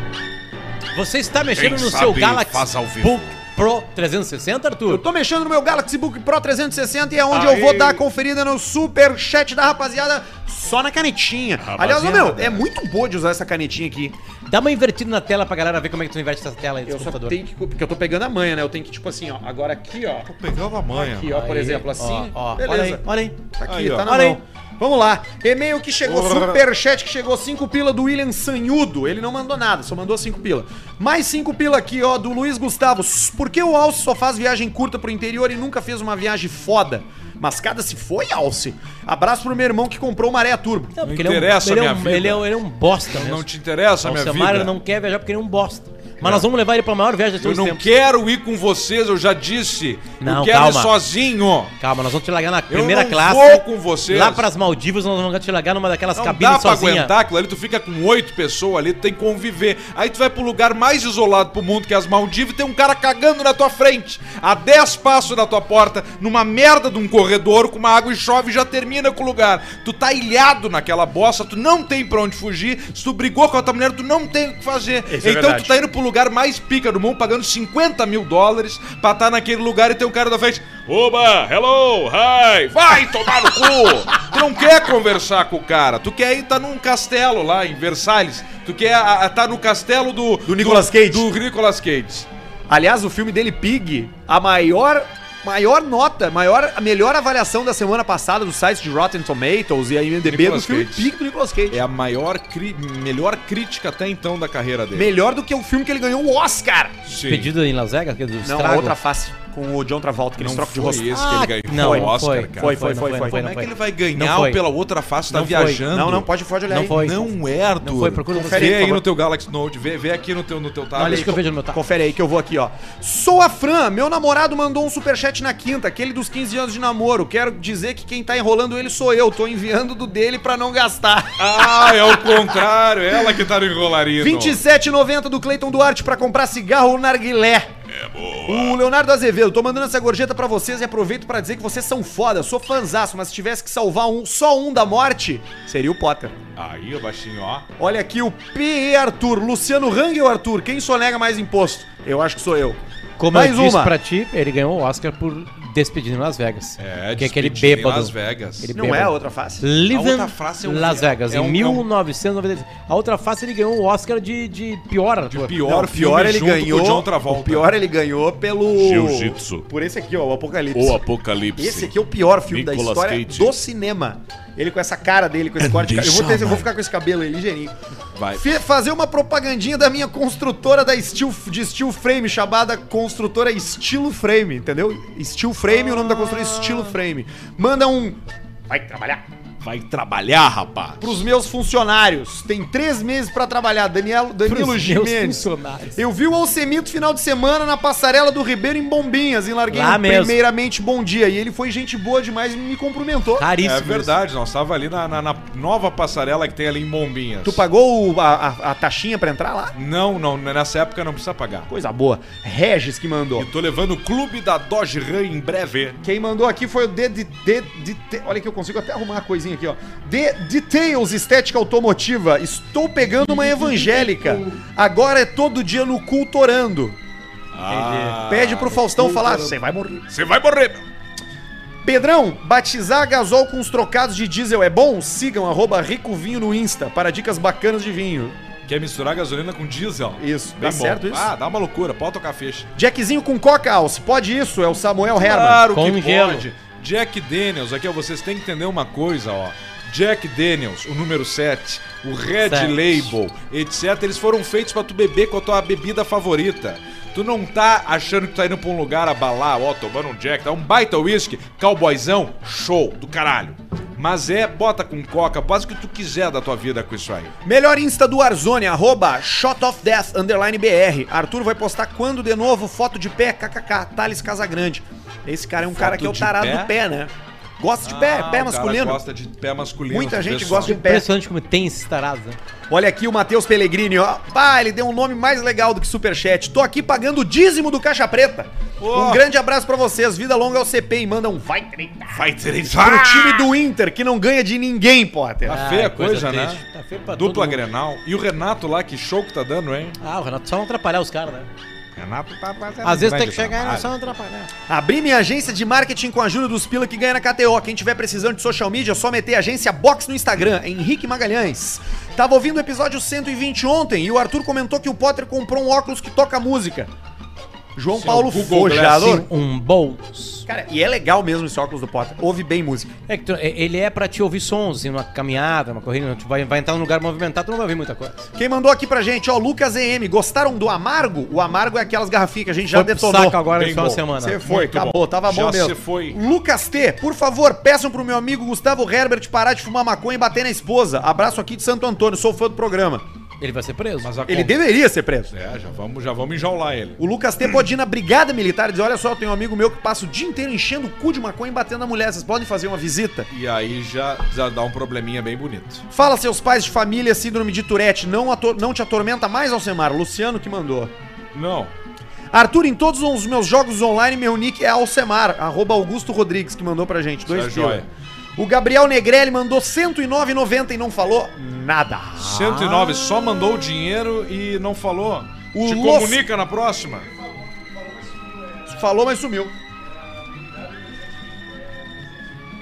C: Você está mexendo
B: Quem
C: no
B: sabe
C: seu Galaxy
B: faz ao vivo.
C: Book Pro 360, Arthur?
A: eu tô mexendo no meu Galaxy Book Pro 360 e é onde eu
B: Aí.
A: vou dar a conferida no super chat da rapaziada só na canetinha. Aliás, ô, meu, é muito boa de usar essa canetinha aqui.
C: Dá uma invertida na tela pra galera ver como é que tu inverte essa tela aí desse
A: Eu só
C: computador.
A: tenho que. Porque eu tô pegando a manha, né? Eu tenho que, tipo assim, ó. Agora aqui, ó.
B: Pegava a manha.
A: Aqui, ó, por
C: Aí,
A: exemplo, assim.
C: Ó, ó, olha aí,
A: beleza.
C: olha aí.
A: Tá aqui,
B: Aí, ó.
A: tá na
C: Olha
A: mão. Vamos lá. E-mail que chegou,
B: Porra.
A: superchat que chegou, 5 pila do William Sanhudo. Ele não mandou nada, só mandou 5 pila. Mais 5 pila aqui, ó, do Luiz Gustavo. S- Por que o Alce só faz viagem curta pro interior e nunca fez uma viagem foda? Mascada se foi, Alce. Abraço pro meu irmão que comprou uma areia turbo.
C: Não, porque
B: Não
C: ele é um-
B: interessa a
C: ele é um,
B: minha vida.
C: Ele é um, ele é um bosta, né?
B: Não te interessa a minha vida?
C: não quer viajar porque ele é um bosta. Mas nós vamos levar ele pra maior viagem de
B: Eu
C: todos os
B: não
C: tempos.
B: quero ir com vocês, eu já disse. eu
C: Não,
B: quero ir
C: calma.
B: sozinho.
C: Calma, nós vamos te largar na primeira
B: não
C: classe.
B: vou com vocês.
C: Lá pras Maldivas, nós vamos te largar numa daquelas
B: Não
C: cabines
B: dá pra
C: sozinha.
B: aguentar aquilo ali, tu fica com oito pessoas ali, tu tem que conviver. Aí tu vai pro lugar mais isolado pro mundo, que é as Maldivas, e tem um cara cagando na tua frente, a dez passos da tua porta, numa merda de um corredor, com uma água e chove e já termina com o lugar. Tu tá ilhado naquela bosta, tu não tem pra onde fugir, se tu brigou com a tua mulher, tu não tem o que fazer.
A: Isso é
B: então
A: verdade.
B: tu tá indo pro lugar mais pica do mundo, pagando 50 mil dólares pra estar naquele lugar e tem um cara da frente. Oba, hello, hi, vai tomar no cu! Tu não quer conversar com o cara, tu quer ir tá num castelo lá em Versalhes, tu quer a, a- tá no castelo do. Do
A: Nicolas Cage.
B: Do Nicolas Cage.
A: Aliás, o filme dele, Pig, a maior, maior nota, maior, a melhor avaliação da semana passada do site de Rotten Tomatoes e a IMDB do
B: Nicolas
A: filme
B: Cage.
A: Pig do Nicolas Cage.
B: É a maior cri- melhor crítica até então da carreira dele.
A: Melhor do que o filme que ele ganhou o Oscar.
B: Sim.
C: Pedido em Las Vegas? aquele do
A: Não, a
C: estrago?
A: outra face com o John Travolta, que eles
B: Não
A: trocam de
B: foi
A: rosto.
B: esse
C: Ah,
B: que ele ganhou
C: não,
B: foi
C: não
B: Oscar,
C: foi.
B: cara.
A: Foi, foi,
C: Não
A: foi, foi.
C: não foi,
B: Como
C: não
B: é que
C: foi.
B: ele vai
C: Não
B: ganhar
C: foi.
B: ou pela outra face? Tá
C: Não foi.
B: viajando.
A: Não, não, pode, pode olhar
B: Não,
A: aí.
C: foi.
B: não é, Arthur.
C: Não foi, procura no
B: Vê
A: Confere aí, por
B: aí no
A: favor.
B: teu Galaxy Note, vê, vê aqui no teu, no teu
C: Olha
B: tablet.
C: isso que eu vejo no meu taco.
A: Confere aí que eu vou aqui, ó. Sou a Fran, meu namorado mandou um superchat na quinta, aquele dos 15 anos de namoro. Quero dizer que quem tá enrolando ele sou eu, tô enviando do dele pra não gastar.
B: Ah, é o contrário, ela que tá no enrolarinho.
A: 27,90 do Cleiton Duarte pra comprar cigarro ou narguilé. É boa. O Leonardo Azevedo, tô mandando essa gorjeta pra vocês e aproveito pra dizer que vocês são foda. Sou fanzaço, mas se tivesse que salvar um, só um da morte, seria o Potter.
B: Aí, ó, baixinho, ó.
A: Olha aqui o P.E. Arthur, Luciano Rangel Arthur, quem sonega mais imposto? Eu acho que sou eu.
C: Como
A: mais
C: eu disse
A: uma.
C: pra ti, ele ganhou o Oscar por Despedido em Las Vegas.
B: É,
C: que é aquele
B: Despedida em
C: bêbado.
B: Las Vegas.
C: Ele-
A: Não é a outra face?
C: Live
B: A outra
C: in
B: face é um-
C: Las Vegas,
B: é um- é
C: em
B: um-
C: 1993. A outra face ele ganhou o Oscar de, de pior ator.
A: Não,
B: Pior,
A: o pior
B: filme
A: ele
B: junto com
A: ganhou.
B: o John Travolta.
A: o pior ele ganhou pelo
B: Jiu-jitsu.
A: Por esse aqui, ó, o Apocalipse.
B: O Apocalipse.
A: é Esse aqui é o pior filme da
B: Nicolas
A: história
B: Cage.
A: do cinema. Ele com essa cara dele,
C: É,
A: com esse corte de cabelo. Eu vou, ter- eu vou ficar com esse cabelo aí, ligeirinho.
B: Vai.
A: Fe- fazer uma propagandinha da minha construtora da Steel, de Steel Frame, chamada construtora Estilo Frame, entendeu? Steel Frame, o nome da construtora é Estilo Frame. Manda um. Vai trabalhar.
B: Vai trabalhar, rapaz.
A: Pros meus funcionários. Tem três meses pra trabalhar. Daniel, Danilo
C: Pros meus
A: Gimenez.
C: funcionários.
A: Eu vi o Alcemito final de semana na passarela do Ribeiro em Bombinhas, em Larguei
C: Lá
A: um
C: mesmo.
A: primeiramente bom dia. E ele foi gente boa demais e me cumprimentou.
C: Raríssimo.
B: É
C: isso.
B: verdade, nós tava ali na, na- na nova passarela que tem ali em Bombinhas.
A: Tu pagou o- a, a- a taxinha pra entrar lá?
B: Não, não, nessa época não precisa pagar.
A: Coisa boa. Regis que mandou.
B: E tô levando o clube da Dodge Ram em breve.
A: Quem mandou aqui foi o D de, D de, Te- Olha que eu consigo até arrumar a coisinha aqui, ó. D Details Estética Automotiva. Estou pegando uma evangélica. Agora é todo dia no culto orando. Pede pro Faustão falar, você vai morrer.
B: Ah, Você vai morrer, meu.
A: Pedrão, batizar gasol com os trocados de diesel é bom? Sigam arroba ricovinho no Insta para dicas bacanas de vinho.
B: Quer misturar gasolina com diesel?
A: Isso,
B: Bem
A: dá
B: bom.
A: certo isso?
B: Ah, dá uma loucura, pode tocar fecha.
A: Jackzinho com coca alce, pode isso? É o Samuel Herman.
B: Claro
C: Com
B: que
C: gelo.
B: pode. Jack Daniels, aqui ó, vocês têm que entender uma coisa, ó. Jack Daniels, o número 7, o Red
C: Sete.
B: Label, etc, eles foram feitos pra tu beber com a tua bebida favorita. Tu não tá achando que tu tá indo pra um lugar abalar, ó, tomando um Jack, tá um baita whisky, cowboyzão, show do caralho. Mas é, bota com coca, faz o que tu quiser da tua vida com isso aí.
A: Melhor Insta do Arzoni, arroba Shot of Death, underline BR. Arthur vai postar quando de novo? Foto de pé, kkk, Thales Casagrande. Esse cara é um cara que é o
B: de
A: tarado
B: pé?
A: do pé, né? Gosta de pé,
B: Ah,
A: pé
B: o
A: masculino.
B: Cara gosta de pé masculino.
A: Muita gente
B: pessoal.
A: gosta de pé.
C: Impressionante como tem esse tarado. né?
A: Olha aqui o Matheus Pellegrini, ó. Pá, ele deu um nome mais legal do que Superchat. Tô aqui pagando o dízimo do Caixa Preta.
B: Oh.
A: Um grande abraço pra vocês. Vida longa ao CP e manda um vai treinar
B: Vai ter
A: pro time do Inter, que não ganha de ninguém, Potter.
B: Tá feia a
C: Ah,
B: coisa,
C: triste.
B: né?
C: Tá feio pra
B: Dupla
C: todo mundo.
B: Grenal. E o Renato lá, que show que tá dando, hein?
C: Ah, o Renato, só não atrapalhar os caras, né?
B: Renato tá fazendo
C: Às vezes
B: grande
C: tem que chegar e
B: trabalho.
C: só não atrapalhar.
A: Abri minha agência de marketing com a ajuda dos Pila que ganha na KTO. Quem tiver precisando de social media, é só meter a agência Box no Instagram, é Henrique Magalhães. Tava ouvindo o episódio 120 ontem e o Arthur comentou que o Potter comprou um óculos que toca música. João
B: Seu
A: Paulo
B: é Google
A: Fojador.
B: Glass.
C: Um bolso.
A: Cara, e é legal mesmo esse óculos do Potter. Ouve bem música.
C: É que tu- é- ele é pra te ouvir sons, assim, numa caminhada, numa corrida, tu vai, vai entrar num lugar movimentado, tu não vai ouvir muita coisa.
A: Quem mandou aqui pra gente, ó, Lucas EM, gostaram do Amargo? O Amargo é aquelas garrafinhas que a gente já
C: Foi pro
A: detonou.
C: saco agora
B: Bem
C: no final de
B: bom.
C: semana.
A: Você foi,
B: Muito
A: acabou,
B: bom.
A: tava
B: Já
A: bom mesmo.
B: se foi.
A: Lucas T, por favor, peçam pro meu amigo Gustavo Herbert parar de fumar maconha e bater na esposa. Abraço aqui de Santo Antônio, sou fã do programa.
C: Ele vai ser preso.
B: Mas a
A: Ele
B: conta-
A: deveria ser preso.
B: É, já vamos, já vamos enjaular ele.
A: O Lucas T pode ir na brigada militar e dizer, olha só, tem um amigo meu que passa o dia inteiro enchendo o cu de maconha e batendo na mulher, vocês podem fazer uma visita?
B: E aí já, já dá um probleminha bem bonito.
A: Fala seus pais de família, síndrome de Tourette, não, ator- não te atormenta mais, Alcemar? Luciano que mandou.
B: Não.
A: Arthur, em todos os meus jogos online, meu nick é Alcemar, arroba Augusto Rodrigues, que mandou pra gente. Dois
B: é
A: pila.
B: joia.
A: O Gabriel Negrelli mandou 109,90 e não falou nada.
B: 109 só mandou o dinheiro e não falou.
A: O
B: Te
A: Los-
B: comunica na próxima.
A: Falou, mas sumiu.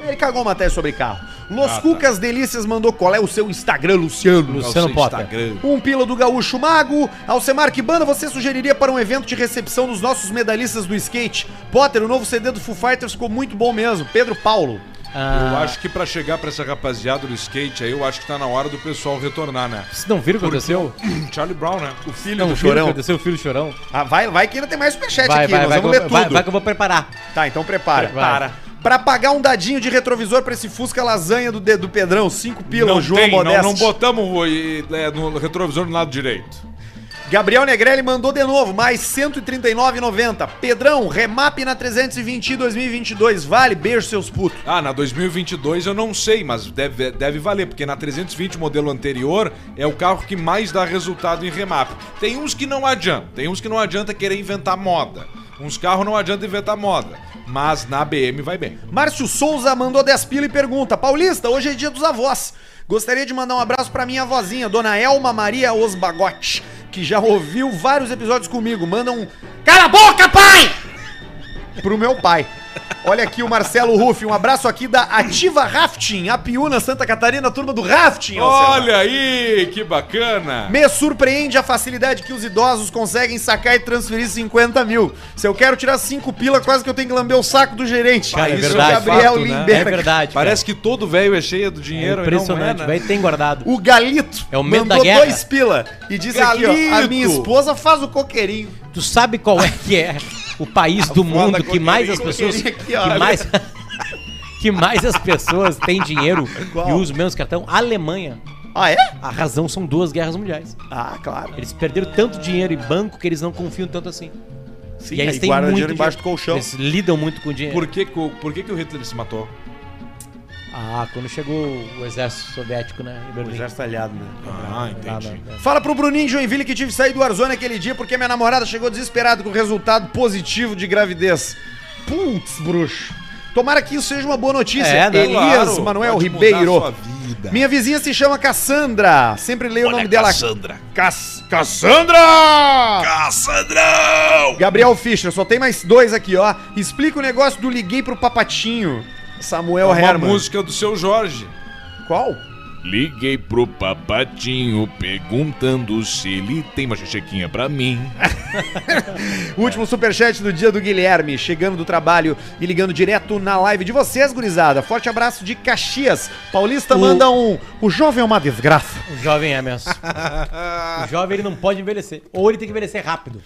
A: Ele cagou uma matéria sobre carro. Los
B: Ah, tá.
A: Cucas Delícias mandou qual é o seu Instagram, Luciano.
C: Luciano
B: Nosso
C: Potter.
B: Instagram.
A: Um pila do Gaúcho Mago. Alcemar, que banda você sugeriria para um evento de recepção dos nossos medalhistas do skate? Potter, o novo CD do Foo Fighters ficou muito bom mesmo. Pedro Paulo.
B: Eu
C: Ah,
B: acho que pra chegar pra essa rapaziada do skate aí, eu acho que tá na hora do pessoal retornar, né?
C: Vocês não viram o que aconteceu?
B: Charlie Brown, né? O filho
C: Não
A: do
C: viram o que
A: Chorão.
C: aconteceu, o filho do É um chorão?
A: Ah, vai, vai que ainda tem mais superchat
C: Vai,
A: aqui,
C: vai,
A: nós
C: vai, que eu
A: vamos ler
C: vou- vai,
A: tudo.
C: vai que eu vou preparar.
A: Tá, então prepara.
C: Vai.
A: Para. Pra pagar um dadinho de retrovisor pra esse Fusca lasanha do, de- do Pedrão, cinco pila,
B: não
A: o João
B: tem, não,
A: Modesto.
B: não botamos o- e- é, no retrovisor do lado direito.
A: Gabriel Negrelli mandou de novo, mais 139,90. Pedrão, remap na 320 e 2022. Vale, beijo, seus putos.
B: Ah, na 2022 eu não sei, mas deve, deve valer, porque na 320 o modelo anterior é o carro que mais dá resultado em remap. Tem uns que não adianta, tem uns que não adianta querer inventar moda. Uns carros não adianta inventar moda, mas na BM vai bem.
A: Márcio Souza mandou 10 pila e pergunta: Paulista, hoje é dia dos avós. Gostaria de mandar um abraço pra minha vozinha, dona Elma Maria Osbagote, que já ouviu vários episódios comigo. Manda um Cala a boca, pai! Pro meu pai. Olha aqui o Marcelo Ruff, um abraço aqui da Ativa Rafting, a Piúna, Santa Catarina, turma do Rafting. Alcemar.
B: Olha aí, que bacana!
A: Me surpreende a facilidade que os idosos conseguem sacar e transferir 50 mil. Se eu quero tirar 5 pila, quase que eu tenho que lamber o saco do gerente.
C: Cara, é
A: Isso
C: verdade,
A: o Gabriel
B: fato, né?
A: Limberg.
C: É verdade. cara.
B: Parece que todo velho é cheio do
C: é
B: dinheiro, e
C: impressionante,
B: não é, né?
C: velho. Tem guardado.
A: O Galito
C: É o medo da guerra.
A: dois pila e disse aqui, ó, a
B: Galito.
A: minha esposa faz o coqueirinho.
C: Tu sabe qual é que é o país do mundo que mais as pessoas
A: coqueirinha aqui, ó.
C: que mais que mais as pessoas têm dinheiro
A: Qual?
C: e usam menos cartão? A Alemanha.
A: Ah, é?
C: A razão são duas guerras mundiais.
A: Ah, claro.
C: Eles perderam tanto dinheiro em banco que eles não confiam tanto assim.
A: Sim,
C: e aí eles têm
A: guarda
C: muito
A: dinheiro embaixo do colchão.
C: Eles lidam muito com dinheiro.
B: Por que, que o- por que, que o Hitler se matou?
C: Ah, quando chegou o exército soviético, né, em Berlim.
A: talhado, né?
B: Ah,
C: Lá na-
A: Fala pro Bruninho de Joinville que tive que sair do Arzona aquele dia porque minha namorada chegou desesperada com o resultado positivo de gravidez. Putz, bruxo. Tomara que isso seja uma boa notícia.
C: É, né?
A: Elias
B: Claro,
A: Manuel
B: pode
A: Ribeiro.
B: mudar a sua vida.
A: Minha vizinha se chama Cassandra. Sempre leio o nome dela.
B: Cassandra.
A: Cass- Cassandra!
B: Cassandrão!
A: Gabriel Fischer, só tem mais dois aqui, ó. Explica o negócio do liguei pro papatinho. Samuel
B: É uma
A: Herman.
B: música do seu Jorge.
A: Qual?
B: Liguei pro papatinho perguntando se ele tem uma chechequinha pra mim.
A: O último superchat do dia do Guilherme, chegando do trabalho e ligando direto na live de vocês, gurizada. Forte abraço de Caxias. Paulista
C: O-
A: manda um. O jovem é uma desgraça.
C: O jovem é mesmo. o jovem ele não pode envelhecer. Ou ele tem que envelhecer rápido.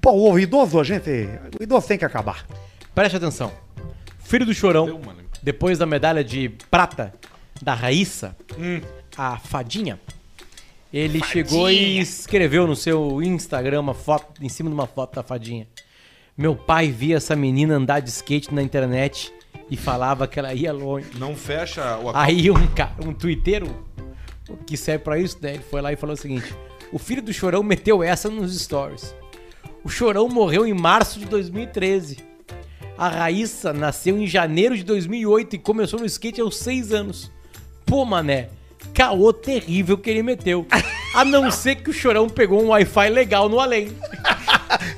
A: Pô, o idoso, gente. O idoso tem que acabar.
C: Preste atenção. Filho do Chorão, depois da medalha de prata da Raíssa, a fadinha, ele chegou e escreveu no seu Instagram uma foto, em cima de uma foto da fadinha. Meu pai via essa menina andar de skate na internet e falava que ela ia longe.
B: Não fecha o ac-
C: Aí um, ca- um twitteiro que serve pra isso, né? Ele foi lá e falou o seguinte: O filho do Chorão meteu essa nos stories. O Chorão morreu em março de 2013. A Raíssa nasceu em janeiro de 2008 e começou no skate aos 6 anos. Pô, mané, caô terrível que ele meteu. A não ser que o Chorão pegou um Wi-Fi legal no além.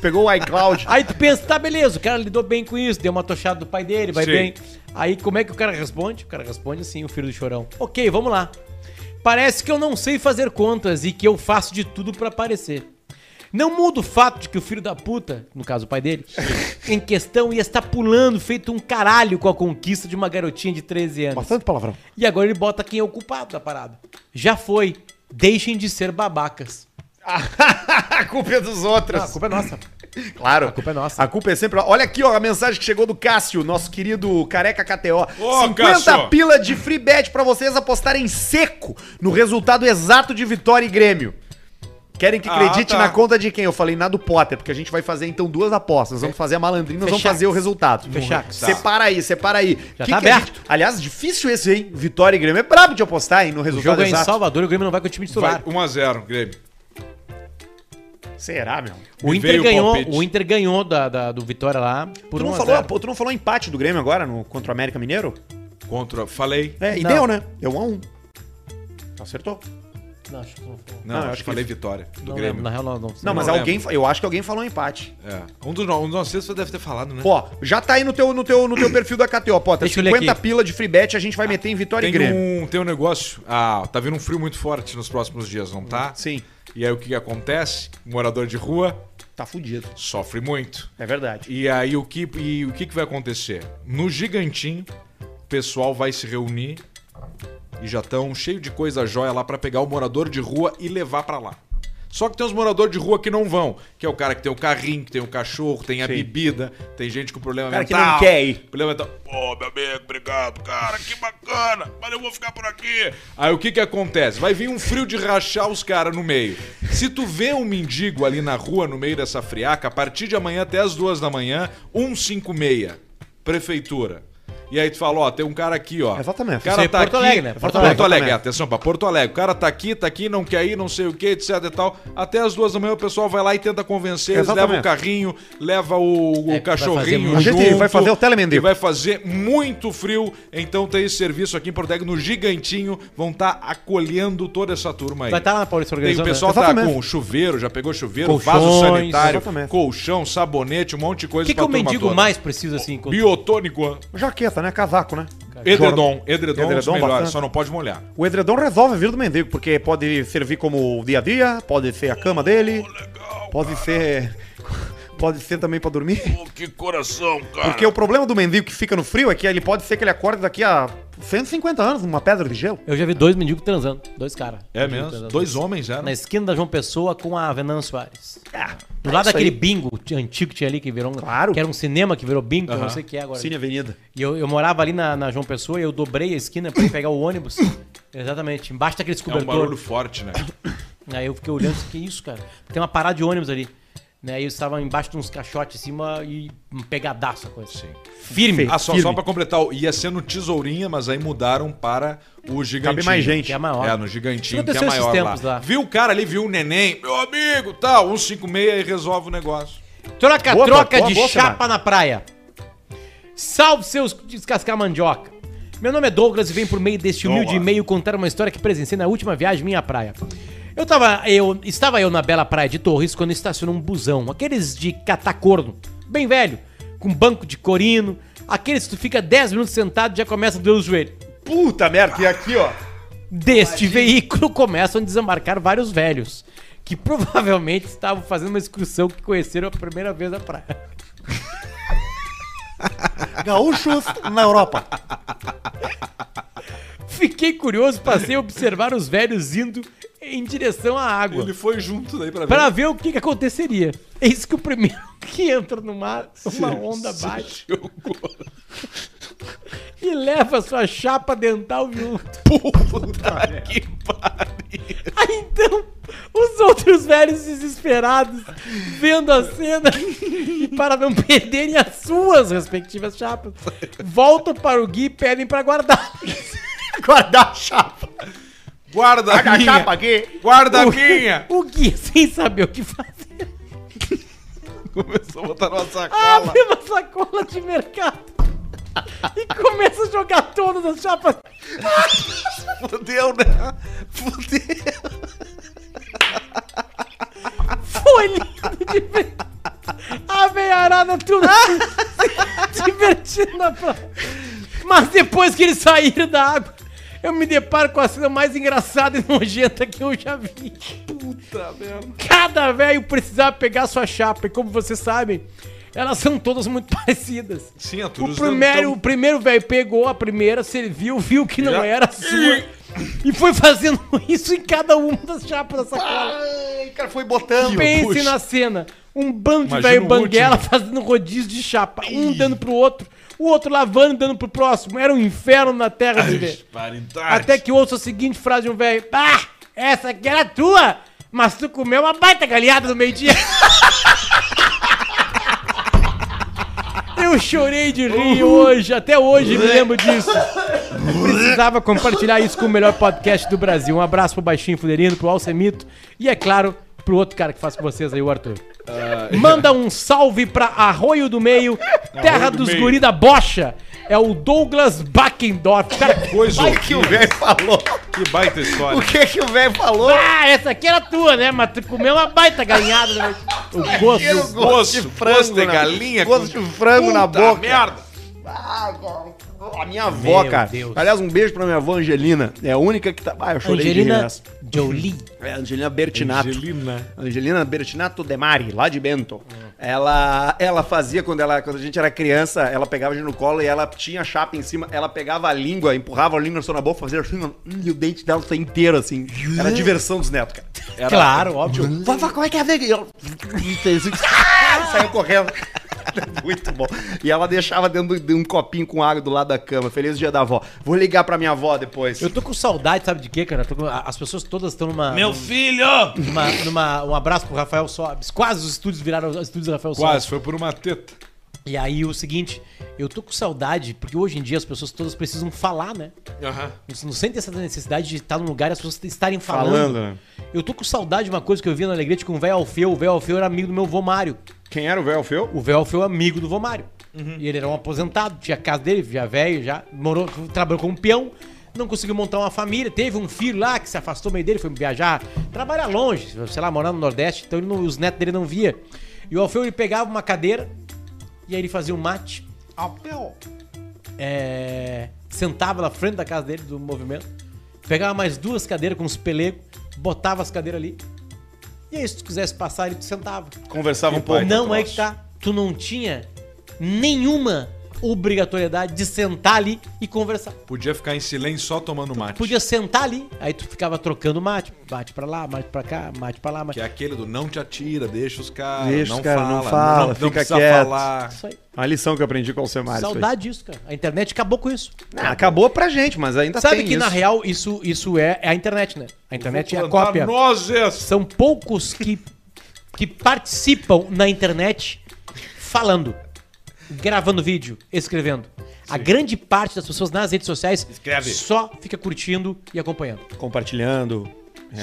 A: Pegou o iCloud.
C: Aí tu pensa, tá, beleza, o cara lidou bem com isso, deu uma tochada do pai dele, vai
B: Sim.
C: bem. Aí como é que o cara responde? O cara responde assim, o filho do chorão. Ok, vamos lá. Parece que eu não sei fazer contas e que eu faço de tudo pra aparecer. Não muda o fato de que o filho da puta, no caso o pai dele, em questão ia estar pulando feito um caralho com a conquista de uma garotinha de 13 anos.
A: Bastante palavrão.
C: E agora ele bota quem é o culpado da parada. Já foi. Deixem de ser babacas.
A: a culpa é dos outros.
C: Ah, a culpa é nossa.
A: Claro.
C: A culpa é nossa.
A: A culpa é sempre. Olha aqui, ó, a mensagem que chegou do Cássio, nosso querido careca KTO.
B: Ô,
A: 50
B: Cássio!
A: pila de free bet pra vocês apostarem seco no resultado exato de Vitória e Grêmio. Querem que
B: Ah,
A: acredite
B: tá.
A: na conta de quem? Eu falei na do Potter, porque a gente vai fazer então duas apostas. Nós Vamos fazer a malandrina, nós vamos
C: Fechax.
A: fazer o resultado.
C: Fechax.
A: Tá. Separa aí, separa aí. Que
C: Já tá
A: que a
C: aberto.
A: gente- Aliás, difícil esse, hein? Vitória e Grêmio. É brabo de apostar, hein? No
C: O jogo
A: resultado
C: é em
A: exato.
C: Salvador e o Grêmio não vai com o time
B: Vai
C: titular.
B: 1x0, Grêmio.
A: Será, meu?
C: O
B: Me
C: Inter,
B: veio o
C: ganhou,
B: palpite.
C: o Inter ganhou da, da- do Vitória lá por
A: Tu não,
C: 1 a
A: falou,
C: 0.
A: tu não falou empate do Grêmio agora no, contra o América Mineiro?
B: Contra. Falei.
A: É, e
C: Não.
A: deu, né? Deu um a um. Acertou.
C: Não, acho que não foi.
B: Não,
A: Não,
B: acho
A: acho
B: que
A: que
B: falei vitória do
C: Não
B: Grêmio.
C: lembro, né? na real não. Não,
A: Não, mas
B: Não
A: alguém. fa- Eu acho que alguém falou um empate.
B: É. Um dos, no- um dos nossos você deve ter falado, né?
A: Ó, já tá aí no teu, no teu, no teu perfil da KTO, Potter.
C: Deixa eu ler
A: 50 tá
C: aqui. Ah,
A: pila de free bet a gente vai meter em Vitória e Grêmio.
B: tem, um, tem um negócio. Ah, tá vindo um frio muito forte nos próximos dias, não tá?
A: Sim.
B: E aí o que que acontece? Morador de rua
A: Tá fudido.
B: sofre muito.
A: É verdade.
B: E aí o que, e o que, que vai acontecer? No Gigantinho, o pessoal vai se reunir e já estão cheio de coisa jóia lá pra pegar o morador de rua e levar pra lá. Só que tem os moradores de rua que não vão, que é o cara que tem o carrinho, que tem o cachorro, tem a
A: Sim.
B: bebida, tem gente com problema
A: Cara que
B: mental.
A: não quer ir.
B: Problema mental. Pô, meu amigo, obrigado, cara, que bacana, mas eu vou ficar por aqui. Aí o que que acontece? Vai vir um frio de rachar os caras no meio. Se tu vê um mendigo ali na rua, no meio dessa friaca, a partir de amanhã até as duas da manhã, 156, prefeitura. E aí tu fala, ó, tem um cara aqui, ó.
A: Exatamente.
B: O cara
C: Isso aí é
B: tá
C: Porto
B: aqui,
C: Alegre, né?
B: Porto
C: Porto
B: Alegre,
A: Alegre,
B: Porto Alegre.
A: exatamente.
B: atenção pra Porto Alegre. O cara tá aqui, tá aqui, não quer ir, não sei o que, etc e tal. Até as duas da manhã o pessoal vai lá e tenta convencer, eles
A: Exatamente.
B: levam o carrinho, leva o, o
C: É, vai
B: cachorrinho.
A: fazer muito- A gente vai fazer o
B: E
A: telemendigo.
B: vai fazer muito frio, então tem esse serviço aqui em Porto Alegre, no Gigantinho, vão estar acolhendo toda essa turma aí.
C: Vai estar lá na Paulista
B: Tem o
C: organizando.
B: pessoal
A: né?
B: tá
A: Exatamente.
B: com chuveiro, já pegou chuveiro, vaso
C: Colchões,
B: sanitário,
A: exatamente.
B: colchão, sabonete, um monte de
C: O
B: coisa
C: que, que
B: pra
C: o
B: turma
C: mendigo
B: toda.
C: mais precisa, assim? quando-
B: Biotônico.
A: Jaqueta, né? Casaco, né?
B: Edredom, edredom, é
A: Edredom,
B: melhor,
A: bastante.
B: só não pode molhar.
A: O edredom resolve vir do mendigo, porque pode servir como dia a dia, pode ser a cama dele, pode ser. Pode ser também pra dormir.
D: Pô, que coração, cara.
A: Porque o problema do mendigo que fica no frio é que ele pode ser que ele acorde daqui a 150 anos numa pedra de gelo.
C: Eu já vi dois mendigos transando. Dois caras.
B: É mesmo? Dois homens já.
C: Na
B: né?
C: esquina da João Pessoa com a Venâncio Soares.
A: Ah,
B: É
C: Do lado
A: isso
C: daquele
A: aí.
C: bingo t- antigo que tinha ali, que virou um.
A: Claro.
C: Que era um cinema que virou bingo, que eu não
B: Aham.
C: sei o que é agora.
A: Cine Avenida.
C: E eu, eu morava ali na, na João Pessoa e eu dobrei a esquina pra ir pegar o ônibus. Exatamente, embaixo daqueles
B: É um
C: cobertor.
B: barulho forte, né?
C: Aí eu fiquei olhando, que isso, cara? Tem uma parada de ônibus ali. Né? E eu estava embaixo de uns caixotes em cima e um pegadaço a coisa.
B: Sim.
C: Firme.
B: Ah, só,
A: Firme.
B: só pra completar, ia ser no Tesourinha, mas aí mudaram para o Gigantinho.
A: Cabe mais gente.
C: Que é a maior.
B: É, no Gigantinho, que é
C: Aconteceu esses
B: maior lá.
C: tempos lá.
B: Viu o cara ali, viu o neném, meu amigo, tal, 156 e resolve o negócio.
C: Troca,
A: Boa,
C: troca
A: boa,
C: de
A: boa,
C: chapa
A: Fernando.
C: na praia. Salve seus descascar mandioca. Meu nome é Douglas e venho por meio deste humilde
B: Douglas.
C: e-mail contar uma história que presenciei na última viagem minha à praia. Eu tava, eu estava eu na bela praia de Torres quando estacionou um busão, aqueles de catacorno, bem velho, com banco de corino, aqueles que tu fica 10 minutos sentado e já começa a doer o joelho.
A: Puta merda, e aqui, ó.
C: Deste veículo começam a desembarcar vários velhos, que provavelmente estavam fazendo uma excursão que conheceram a primeira vez na praia.
A: Gaúchos na Europa.
C: Fiquei curioso, passei a observar os velhos indo em direção à água.
B: Ele foi junto daí pra ver.
C: Pra ver o que, que aconteceria. Eis que o primeiro que entra no mar, uma onda bate e leva sua chapa dental um junto.
B: Puta que
C: Aí então, os outros velhos desesperados, vendo a cena, e para não perderem as suas respectivas chapas, voltam para o Gui e pedem pra guardar.
A: Guardar a chapa.
B: Guarda a minha.
A: aqui.
B: Guarda a
C: O-
B: minha.
C: O Gui, sem saber o que fazer,
B: Começou a botar numa sacola.
C: abre uma sacola de mercado e começa a jogar todas as chapas.
B: Fudeu, né? Fudeu.
C: Foi lindo de ver. A veiarada tudo se divertindo na praia. Mas depois que eles saíram da água, eu me deparo com a cena mais engraçada e nojenta que eu já vi.
B: Puta merda.
C: Cada velho precisava pegar sua chapa, e como vocês sabem, elas são todas muito parecidas.
B: Sim, a
C: O primeiro, o primeiro velho pegou a primeira, serviu, viu que não
B: Já-
C: era a sua. E foi fazendo isso em cada uma das chapas da sacola.
A: Ai, cara, foi botando.
C: Pense
B: puxa.
C: na cena. Um bando de
B: Imagina o
C: velho banguela
B: último.
C: fazendo rodízio de chapa. Um dando pro outro, o outro lavando e dando pro próximo. Era um inferno na terra de ver. Até que ouço a seguinte frase de um velho. Ah, essa aqui era tua, mas tu comeu uma baita galeada no meio-dia. Eu chorei de rir hoje, até hoje me lembro disso. Precisava compartilhar isso com o melhor podcast do Brasil. Um abraço pro Baixinho Fuderino, pro Alcemito e, é claro, pro outro cara que faz com vocês aí, o Arthur.
B: Ah.
C: Manda um salve pra Arroio do Meio, terra
B: do
C: dos
B: Meio.
C: guri da bocha. é o Douglas Backendorf. Cara,
B: Coisa
A: Olha o que o
B: horrível.
A: velho falou.
B: Que baita história.
A: O que é que o velho falou?
C: ah, essa aqui era tua, né? Mas tu comeu uma baita ganhada. né? O gosto.
A: Era o
B: gosto, gosto de
A: na-
B: galinha
A: Gosto
B: com-
A: de frango na
B: Puta
A: boca.
B: merda.
A: Ah, a minha avó,
C: Meu
A: cara.
C: Deus.
A: Aliás, um beijo pra minha avó Angelina. É a única que tá. Ah, eu chorei de rir
C: Angelina
A: nessa.
C: Jolie.
A: É, Angelina Bertinato.
B: Angelina.
A: Angelina Bertinato de Mari, lá de Bento. Ela, ela fazia, quando, ela, quando a gente era criança, ela pegava a gente no colo e ela tinha a chapa em cima, ela pegava a língua, empurrava a língua só na boca, fazia assim, ó, e o dente dela tá inteiro, assim. Era a diversão dos netos, cara.
B: Era-
C: Claro, óbvio.
A: Vovó, como é que é a verde? E ela- Ah, Saiu correndo. Muito bom. E ela deixava dentro de um copinho com água do lado da cama. Feliz dia da avó. Vou ligar pra minha avó depois.
C: Eu tô com saudade, sabe de quê, cara? Eu tô com- a- As pessoas todas estão numa.
B: Meu
C: num-
B: filho!
C: numa- numa- um abraço pro Rafael Sobes. Quase os estúdios viraram os estúdios do Rafael Sobes.
B: Quase, foi por uma teta.
C: E aí o seguinte, eu tô com saudade, porque hoje em dia as pessoas todas precisam falar, né? Você não sente essa necessidade de estar num lugar e as pessoas estarem falando.
A: Falando, né?
C: Eu tô com saudade de uma coisa que eu vi na Alegrete com o Véu Alfeu. O Véu Alfeu era amigo do meu vô Mário.
A: Quem era o velho feu?
C: O Véu Alfeu é amigo do vô Mário. E ele era um aposentado, tinha a casa dele, já velho, já morou, trabalhou como peão. Não conseguiu montar uma família, teve um filho lá que se afastou meio dele, foi viajar, trabalha longe, sei lá, morar no Nordeste, então ele não- os netos dele não via. E o Alfeu ele pegava uma cadeira e aí ele fazia um mate é, sentava na frente da casa dele do movimento, pegava mais duas cadeiras com os pelegos, botava as cadeiras ali. E aí, se tu quisesse passar, ele te sentava.
A: Conversava um pouco.
C: não é que tá. Tu não tinha nenhuma obrigatoriedade de sentar ali e conversar.
B: Podia ficar em silêncio só tomando mate.
C: Podia sentar ali, aí tu ficava trocando mate, mate pra lá, mate pra cá, mate pra lá, mate.
B: Que é aquele do não te atira, deixa os caras.
A: Deixa os
B: não
A: caras,
B: fala,
A: não fala, fica
B: precisa
A: quieto.
B: falar.
C: Isso aí.
A: A Ah, lição que eu aprendi com o Alcemar. Ah,
C: Saudade disso, cara. A internet acabou com isso.
A: acabou pra gente, mas ainda
C: Sabe
A: Tá, tem
C: que na
A: isso.
C: real isso, isso é, é a internet, né? A internet é a
B: Plantar
C: cópia.
B: Nozes.
C: São poucos que, que participam na internet falando, gravando vídeo, escrevendo. A grande parte das pessoas nas redes sociais
B: Escreve.
C: só fica curtindo e acompanhando.
A: Compartilhando.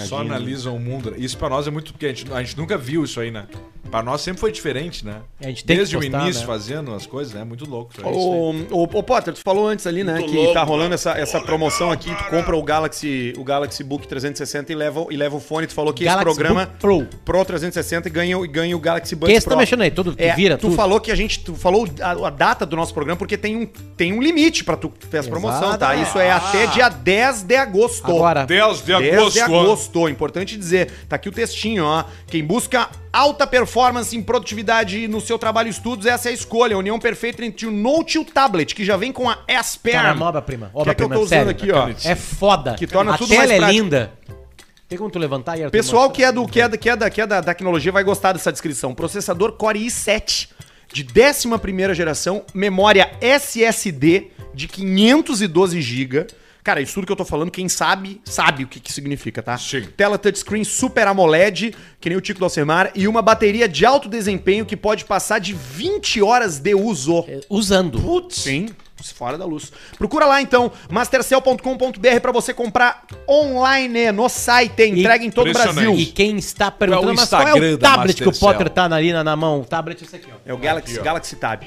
B: Só analisam o mundo. Isso pra nós é muito. Porque a gente, a gente nunca viu isso aí, né? Pra nós sempre foi diferente, né?
C: A gente tem que
B: Desde
C: postar,
B: o início
C: né?
B: fazendo as coisas, né? Muito louco. isso aí.
A: Ô, ô, ô, Potter, tu falou antes ali, né? que tá rolando essa, essa promoção aqui. Tu compra o Galaxy, o Galaxy Book 360 e leva, e leva o fone. Tu falou que
C: Galaxy
A: esse programa
C: Book Pro.
A: 360 e ganha, o- e ganha o Galaxy Buds
C: Porque esse
A: Pro.
C: tá mexendo aí, todo
A: É,
C: vira,
A: tu
C: tudo.
A: falou que a gente. Tu falou a, a data do nosso programa, porque tem um, tem um limite pra tu ter essa promoção, tá?
C: Exatamente.
A: Isso é até dia 10 de agosto.
C: Agora,
B: 10 de
A: 10 de
B: agosto.
A: agosto, é importante dizer. Tá aqui o textinho, ó. Quem busca alta performance em produtividade no seu trabalho e estudos, essa é a escolha. A união perfeita entre o Note e o tablet, que já vem com a S-Pen.
C: Cara, é uma obra-prima.
A: que é
C: Obra-prima,
A: que eu tô usando
C: sério.
A: aqui, ó.
C: É foda.
A: Que torna
C: a
A: tudo
C: tela
A: mais
C: é
A: prático.
C: linda. Tem como tu levantar e
A: O pessoal que é do que é, da- que é, da, que é da da tecnologia vai gostar dessa descrição. Processador Core i7 de 11ª geração, memória SSD de 512 GB. Cara, isso tudo que eu tô falando, quem sabe, sabe o que, que significa, tá?
B: Sim.
A: Tela touchscreen Super AMOLED, que nem o Tico do Alcemar, e uma bateria de alto desempenho que pode passar de 20 horas de uso.
C: É, Usando.
A: Putz. Sim, fora da luz. Procura lá então, mastercell.com.br pra você comprar online no site, entrega em todo o Brasil.
B: Impressionante.
C: E quem está perguntando,
B: Qual é o
C: mas qual é o
B: Instagram da
C: tablet que o
B: Mastercell?
C: Potter tá ali na, na mão? O tablet é esse aqui, ó.
A: É o Galaxy,
B: Aqui, ó.
A: Galaxy Tab.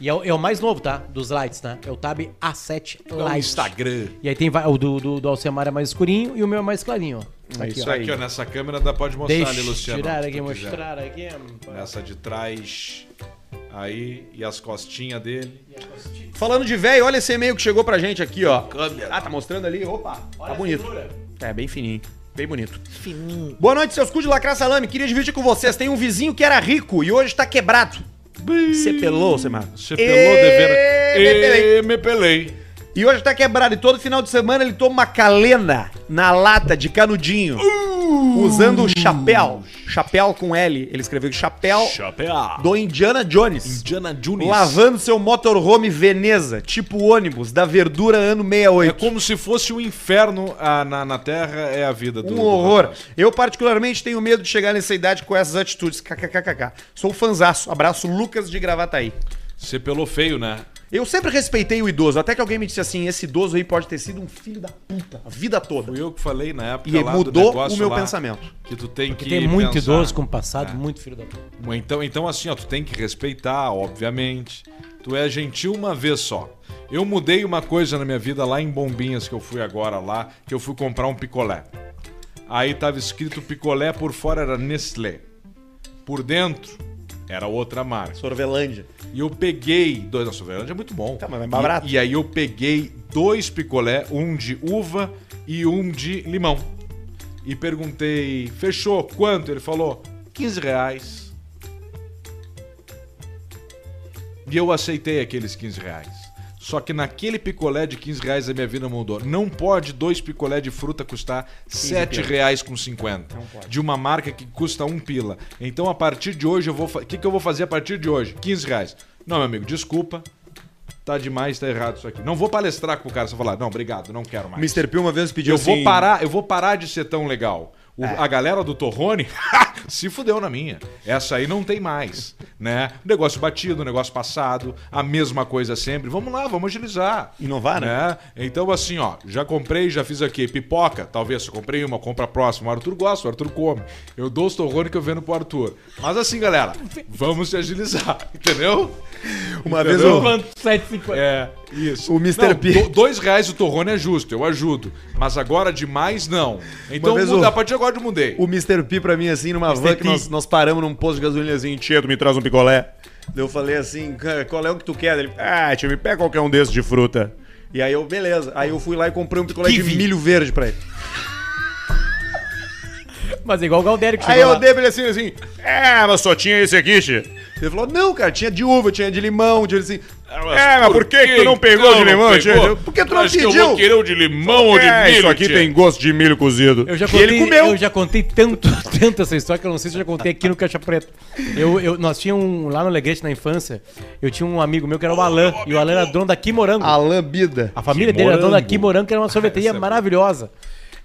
C: E é o, é o mais novo, tá? Dos lights, né? É o Tab A7 Lite.
B: É o Instagram.
C: E aí tem va- o do, do, do Alcemar é mais escurinho e o meu é mais clarinho, ó.
A: É
C: Aqui,
A: isso
C: ó.
A: aí.
B: Aqui, ó, nessa câmera dá pode mostrar
C: Deixa
B: ali, Luciano.
C: eu tirar
B: se
C: aqui,
B: tu quiser.
C: mostrar aqui.
B: Nessa de trás. Aí, e as costinhas dele.
A: Falando de velho, olha esse e-mail que chegou pra gente aqui, ó. Ah, tá mostrando ali? Opa, tá bonito. É, bem fininho. Bem bonito. Fininho. Boa noite, seus cu de lacrar salame. Queria dividir com vocês. Tem um vizinho que era rico e hoje tá quebrado. Você pelou, você mano.
B: Você pelou dever.
A: Me pelei.
B: E me pelei.
A: E hoje tá quebrado. E todo final de semana ele toma uma calena na lata de canudinho.
B: Uh.
A: Usando o chapéu. Chapéu com L. Ele escreveu chapéu
B: Chapéu.
A: do Indiana Jones.
B: Indiana Jones.
A: Lavando seu motorhome Veneza, tipo ônibus, da verdura ano
B: É
A: 68.
B: como se fosse um inferno ah, na, na Terra, é a vida do.
A: Um
B: do
A: horror.
B: rapaz.
A: Eu, particularmente, tenho medo de chegar nessa idade com essas atitudes. KKKKK. Sou fanzaço. Abraço, Lucas de Gravataí.
B: Você pelou feio, né?
A: Eu sempre respeitei o idoso, até que alguém me disse assim: esse idoso aí pode ter sido um filho da puta a vida toda.
B: Fui eu que falei na época.
A: E
B: lá do
A: mudou
B: negócio
A: o meu
B: lá,
A: pensamento.
B: Que tu tem que.
C: Porque tem muito
B: pensar.
C: idoso com passado, muito filho da puta.
B: Então, então, assim, ó, tu tem que respeitar, obviamente. Tu é gentil uma vez só. Eu mudei uma coisa na minha vida lá em Bombinhas, que eu fui agora lá, que eu fui comprar um picolé. Aí tava escrito picolé, por fora era Nestlé. Por dentro era outra marca.
A: Sorvelândia.
B: E eu peguei dois. Nossa, o Verândia é muito bom.
A: Tá, mas é barato.
B: E, e aí eu peguei dois picolé, um de uva e um de limão. E perguntei, fechou quanto? Ele falou, 15 reais. E eu aceitei aqueles 15 reais. Só que naquele picolé de 15 reais a minha vida mudou. Não pode dois picolé de fruta custar 7 reais com 50. De uma marca que custa um pila. Então a partir de hoje eu vou... O que, que eu vou fazer a partir de hoje? 15 reais. Não, meu amigo, desculpa. Tá demais, tá errado isso aqui. Não vou palestrar com o cara, só falar, não, obrigado, não quero mais.
A: Mr. P uma vez pediu
B: Eu
A: assim... É.
B: vou parar, eu vou parar de ser tão legal. O- A galera do Torrone se fudeu na minha. Essa aí não tem mais, né? Negócio batido, negócio passado, a mesma coisa sempre. Vamos lá, vamos agilizar.
A: Inovar, né?
B: Então, assim, ó, já comprei, já fiz aqui pipoca. Talvez se eu comprei uma, compra a próxima. O Arthur gosta, o Arthur come. Eu dou os torrone que eu vendo pro Arthur. Mas assim, galera, vamos se agilizar, entendeu?
A: Uma
B: Entendeu?
A: vez eu-
C: Quanto? 7,50.
B: É, isso.
A: O Mr.
B: Não,
A: P.
B: do- dois reais o torrone é justo, eu ajudo. Mas agora demais, não. Então
A: Uma vez
B: muda,
A: o-
B: a partir de agora eu mudei.
A: O Mr. P pra mim, assim, numa van que
B: P.
A: nós, nós paramos num posto de gasolina assim, tia, tu me traz um picolé. Daí Eu falei assim, "Ca- qual é o que tu quer? Ele, ah, tia, me pega qualquer um desses de fruta. E aí eu, beleza. Aí eu fui lá e comprei um picolé de
B: Kiwi.
A: milho verde pra ele.
C: Mas é igual o Galdério que
A: Aí
C: chegou
A: eu
C: lá.
A: dei pra ele assim, ele assim, é, mas só tinha esse aqui, tia. Ele falou, não, cara, tinha de uva, tinha de limão, tinha de assim. É, mas por que que tu não pegou
B: então
A: o de limão, tia? Por que tu não pediu?
B: o de limão
A: é, isso aqui tem gosto de milho cozido.
C: Eu já
A: E
C: contei,
A: ele comeu.
C: Eu já contei tanto, tanto essa história que eu não sei se eu já contei aqui no Caixa Preta. Eu, eu- nós tínhamos um, lá no Alegrete, na infância, eu tinha um amigo meu que era o Alan. E o Alan era dono da Kimorango.
A: Alambida.
C: A família dele era dona
B: Morango.
C: aqui Morango, que era uma sorveteria
B: Essa é
C: maravilhosa.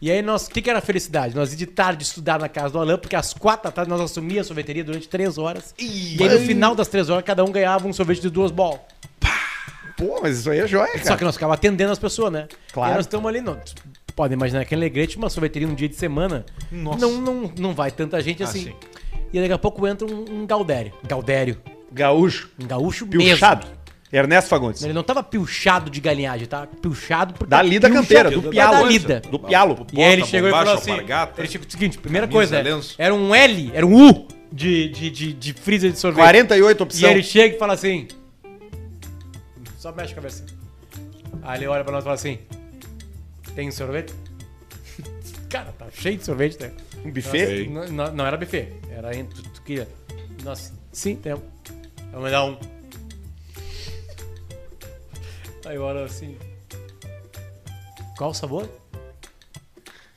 C: E aí, nós, o que, que era a felicidade? Nós ia de tarde estudar na casa do Alain, porque às quatro da tarde nós assumíamos a sorveteria durante três horas. e aí, no final das três horas, cada um ganhava um sorvete de duas bolas.
A: Pô, mas isso aí é joia, cara.
C: Só que nós ficava atendendo as pessoas, né?
A: Claro.
C: E aí nós estamos ali, não. tu Pode imaginar que em Alegrete, uma sorveteria num dia de semana,
B: Nossa.
C: não, não, não vai tanta gente assim.
B: sim.
C: E daqui a pouco entra um, um Galdério. Galdério.
A: Gaúcho.
C: Um gaúcho
A: Pilchado.
C: mesmo.
A: Ernesto Fagundes.
C: Ele não tava pilchado de galinhagem, tá? Pilchado porque
A: Da lida campeira, do
C: do
A: pialo.
C: Da lida.
A: Do pialo.
C: E aí ele chegou e falou assim.
B: Alpargata.
C: Ele chegou o seguinte, primeira
B: camisa,
C: coisa, né?
B: lenço.
C: era um L, era um U de, de, de, de freezer de sorvete.
A: 48
C: e
A: opção.
C: ele chega e fala assim. Só mexe a cabeça. Aí ele olha pra nós e fala assim. Tem sorvete? Cara, tá cheio de sorvete, né?
A: Um buffet?
C: Não, não- não era buffet. Era entre tu, tu queria. Nossa, sim, tem. um. Vamos me dar um. Aí eu olho assim. Qual o sabor?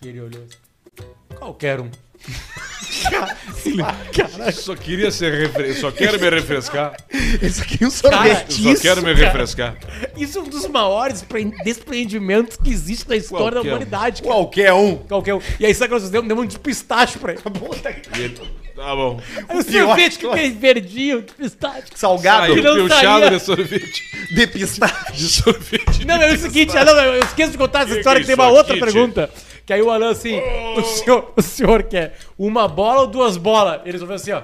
C: E ele olhou assim. Qualquer um.
B: Só queria ser refre... Só quero me refrescar.
A: Esse aqui é um
C: Cara,
B: Só quero me refrescar.
C: Isso é um dos maiores pre- despreendimentos que existe na história
B: Qualquer
C: da
B: um.
C: humanidade. cara.
A: Qualquer um.
C: Qualquer um. E aí, sabe o que nós fizemos? Demos um de pistache pra ele.
B: E ele- Tá bom.
C: Um sorvete que fez verdinho, de pistache.
A: Salgado.
B: Saiu
C: Que Tá não
B: pilchado
C: saía.
B: de sorvete.
A: De pistache.
B: De sorvete.
C: Não, é o seguinte, ah, não, eu esqueço de contar essa
B: Que
C: história
B: que
C: que tem uma
B: isso é Oh.
C: outra
B: aqui,
C: pergunta. Que aí o Alan assim, o, senhor, o senhor quer uma bola ou duas bolas? Ele resolveu assim, ó.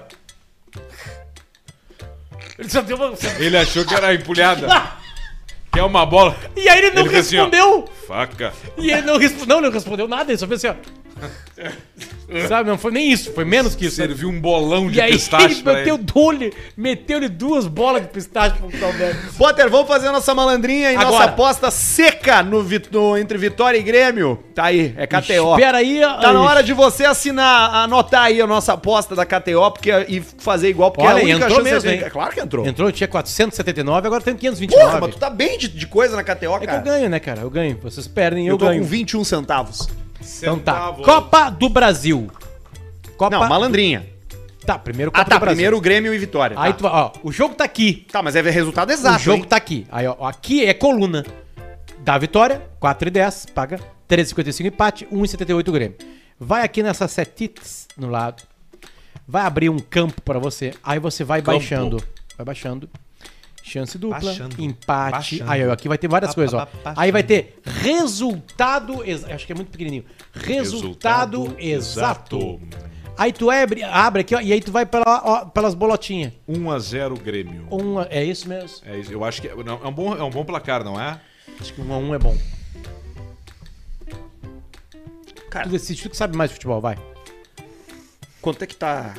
C: Ele só deu uma...
B: Ele achou que era empulhada. Quer uma bola?
C: E aí ele não
B: Ele fez assim, ó.
C: respondeu.
B: Faca.
C: e ele não, respo... não, ele não respondeu nada, ele só fez assim, ó. Sabe, não foi nem isso, foi menos que isso. sabe?
B: Serviu um bolão de
C: E aí
B: pistache
C: ele
B: pra ele.
C: meteu dole, meteu-lhe duas bolas de pistache um pro Caldeiro.
A: Potter, vamos fazer a nossa malandrinha e nossa
C: Agora.
A: aposta seca no, Vit- no- entre Vitória e Grêmio. Tá aí, é KTO.
C: Espera aí.
A: Tá na hora de você assinar, anotar aí a nossa aposta da KTO porque, e fazer igual, porque
C: Olha,
A: é a única
C: entrou
A: chance
C: mesmo,
A: de-
C: hein?
A: É Claro que entrou.
C: Entrou, tinha 479, agora tem 529.
A: Porra, mas tu tá bem de, de coisa na KTO,
C: É que eu
A: cara.
C: ganho, né, cara? Eu ganho. Vocês perdem, eu,
A: Eu tô
C: ganho.
A: com 21 centavos.
C: Então tá.
B: Centavo.
C: Copa do Brasil. Copa.
A: Não, malandrinha.
C: Tá, primeiro Copa
A: Ah, tá.
C: do Brasil.
A: Primeiro Grêmio e Vitória.
C: Aí
A: tá.
C: tu vai, ó, o jogo tá aqui.
A: Tá, mas é resultado
C: o
A: exato,
C: jogo
A: hein?
C: tá aqui. Aí, ó, aqui é coluna. Dá vitória, 4,10, paga 3,55 empate, 1,78 Grêmio. Vai aqui nessa setites no lado. Vai abrir um campo pra você. Aí você vai
B: Campo.
C: baixando. Vai baixando. Chance dupla,
B: Baixando.
C: empate.
B: Baixando.
C: Aí, ó, aqui vai ter várias
B: Ba-
C: coisas, ó.
B: ba- ba-
C: Aí vai ter resultado. ex- Acho que é muito pequenininho. Resultado, exato. Aí tu abre, abre aqui, ó, e aí tu vai pela, ó, pelas bolotinhas.
B: 1x0 Grêmio.
C: Um, é isso mesmo.
B: É isso, eu acho que é, não, é um bom, é um bom placar, não é?
C: Acho que um a um é bom.
A: Cara.
C: tu decide, tu que sabe mais de futebol, vai.
A: Quanto é que tá?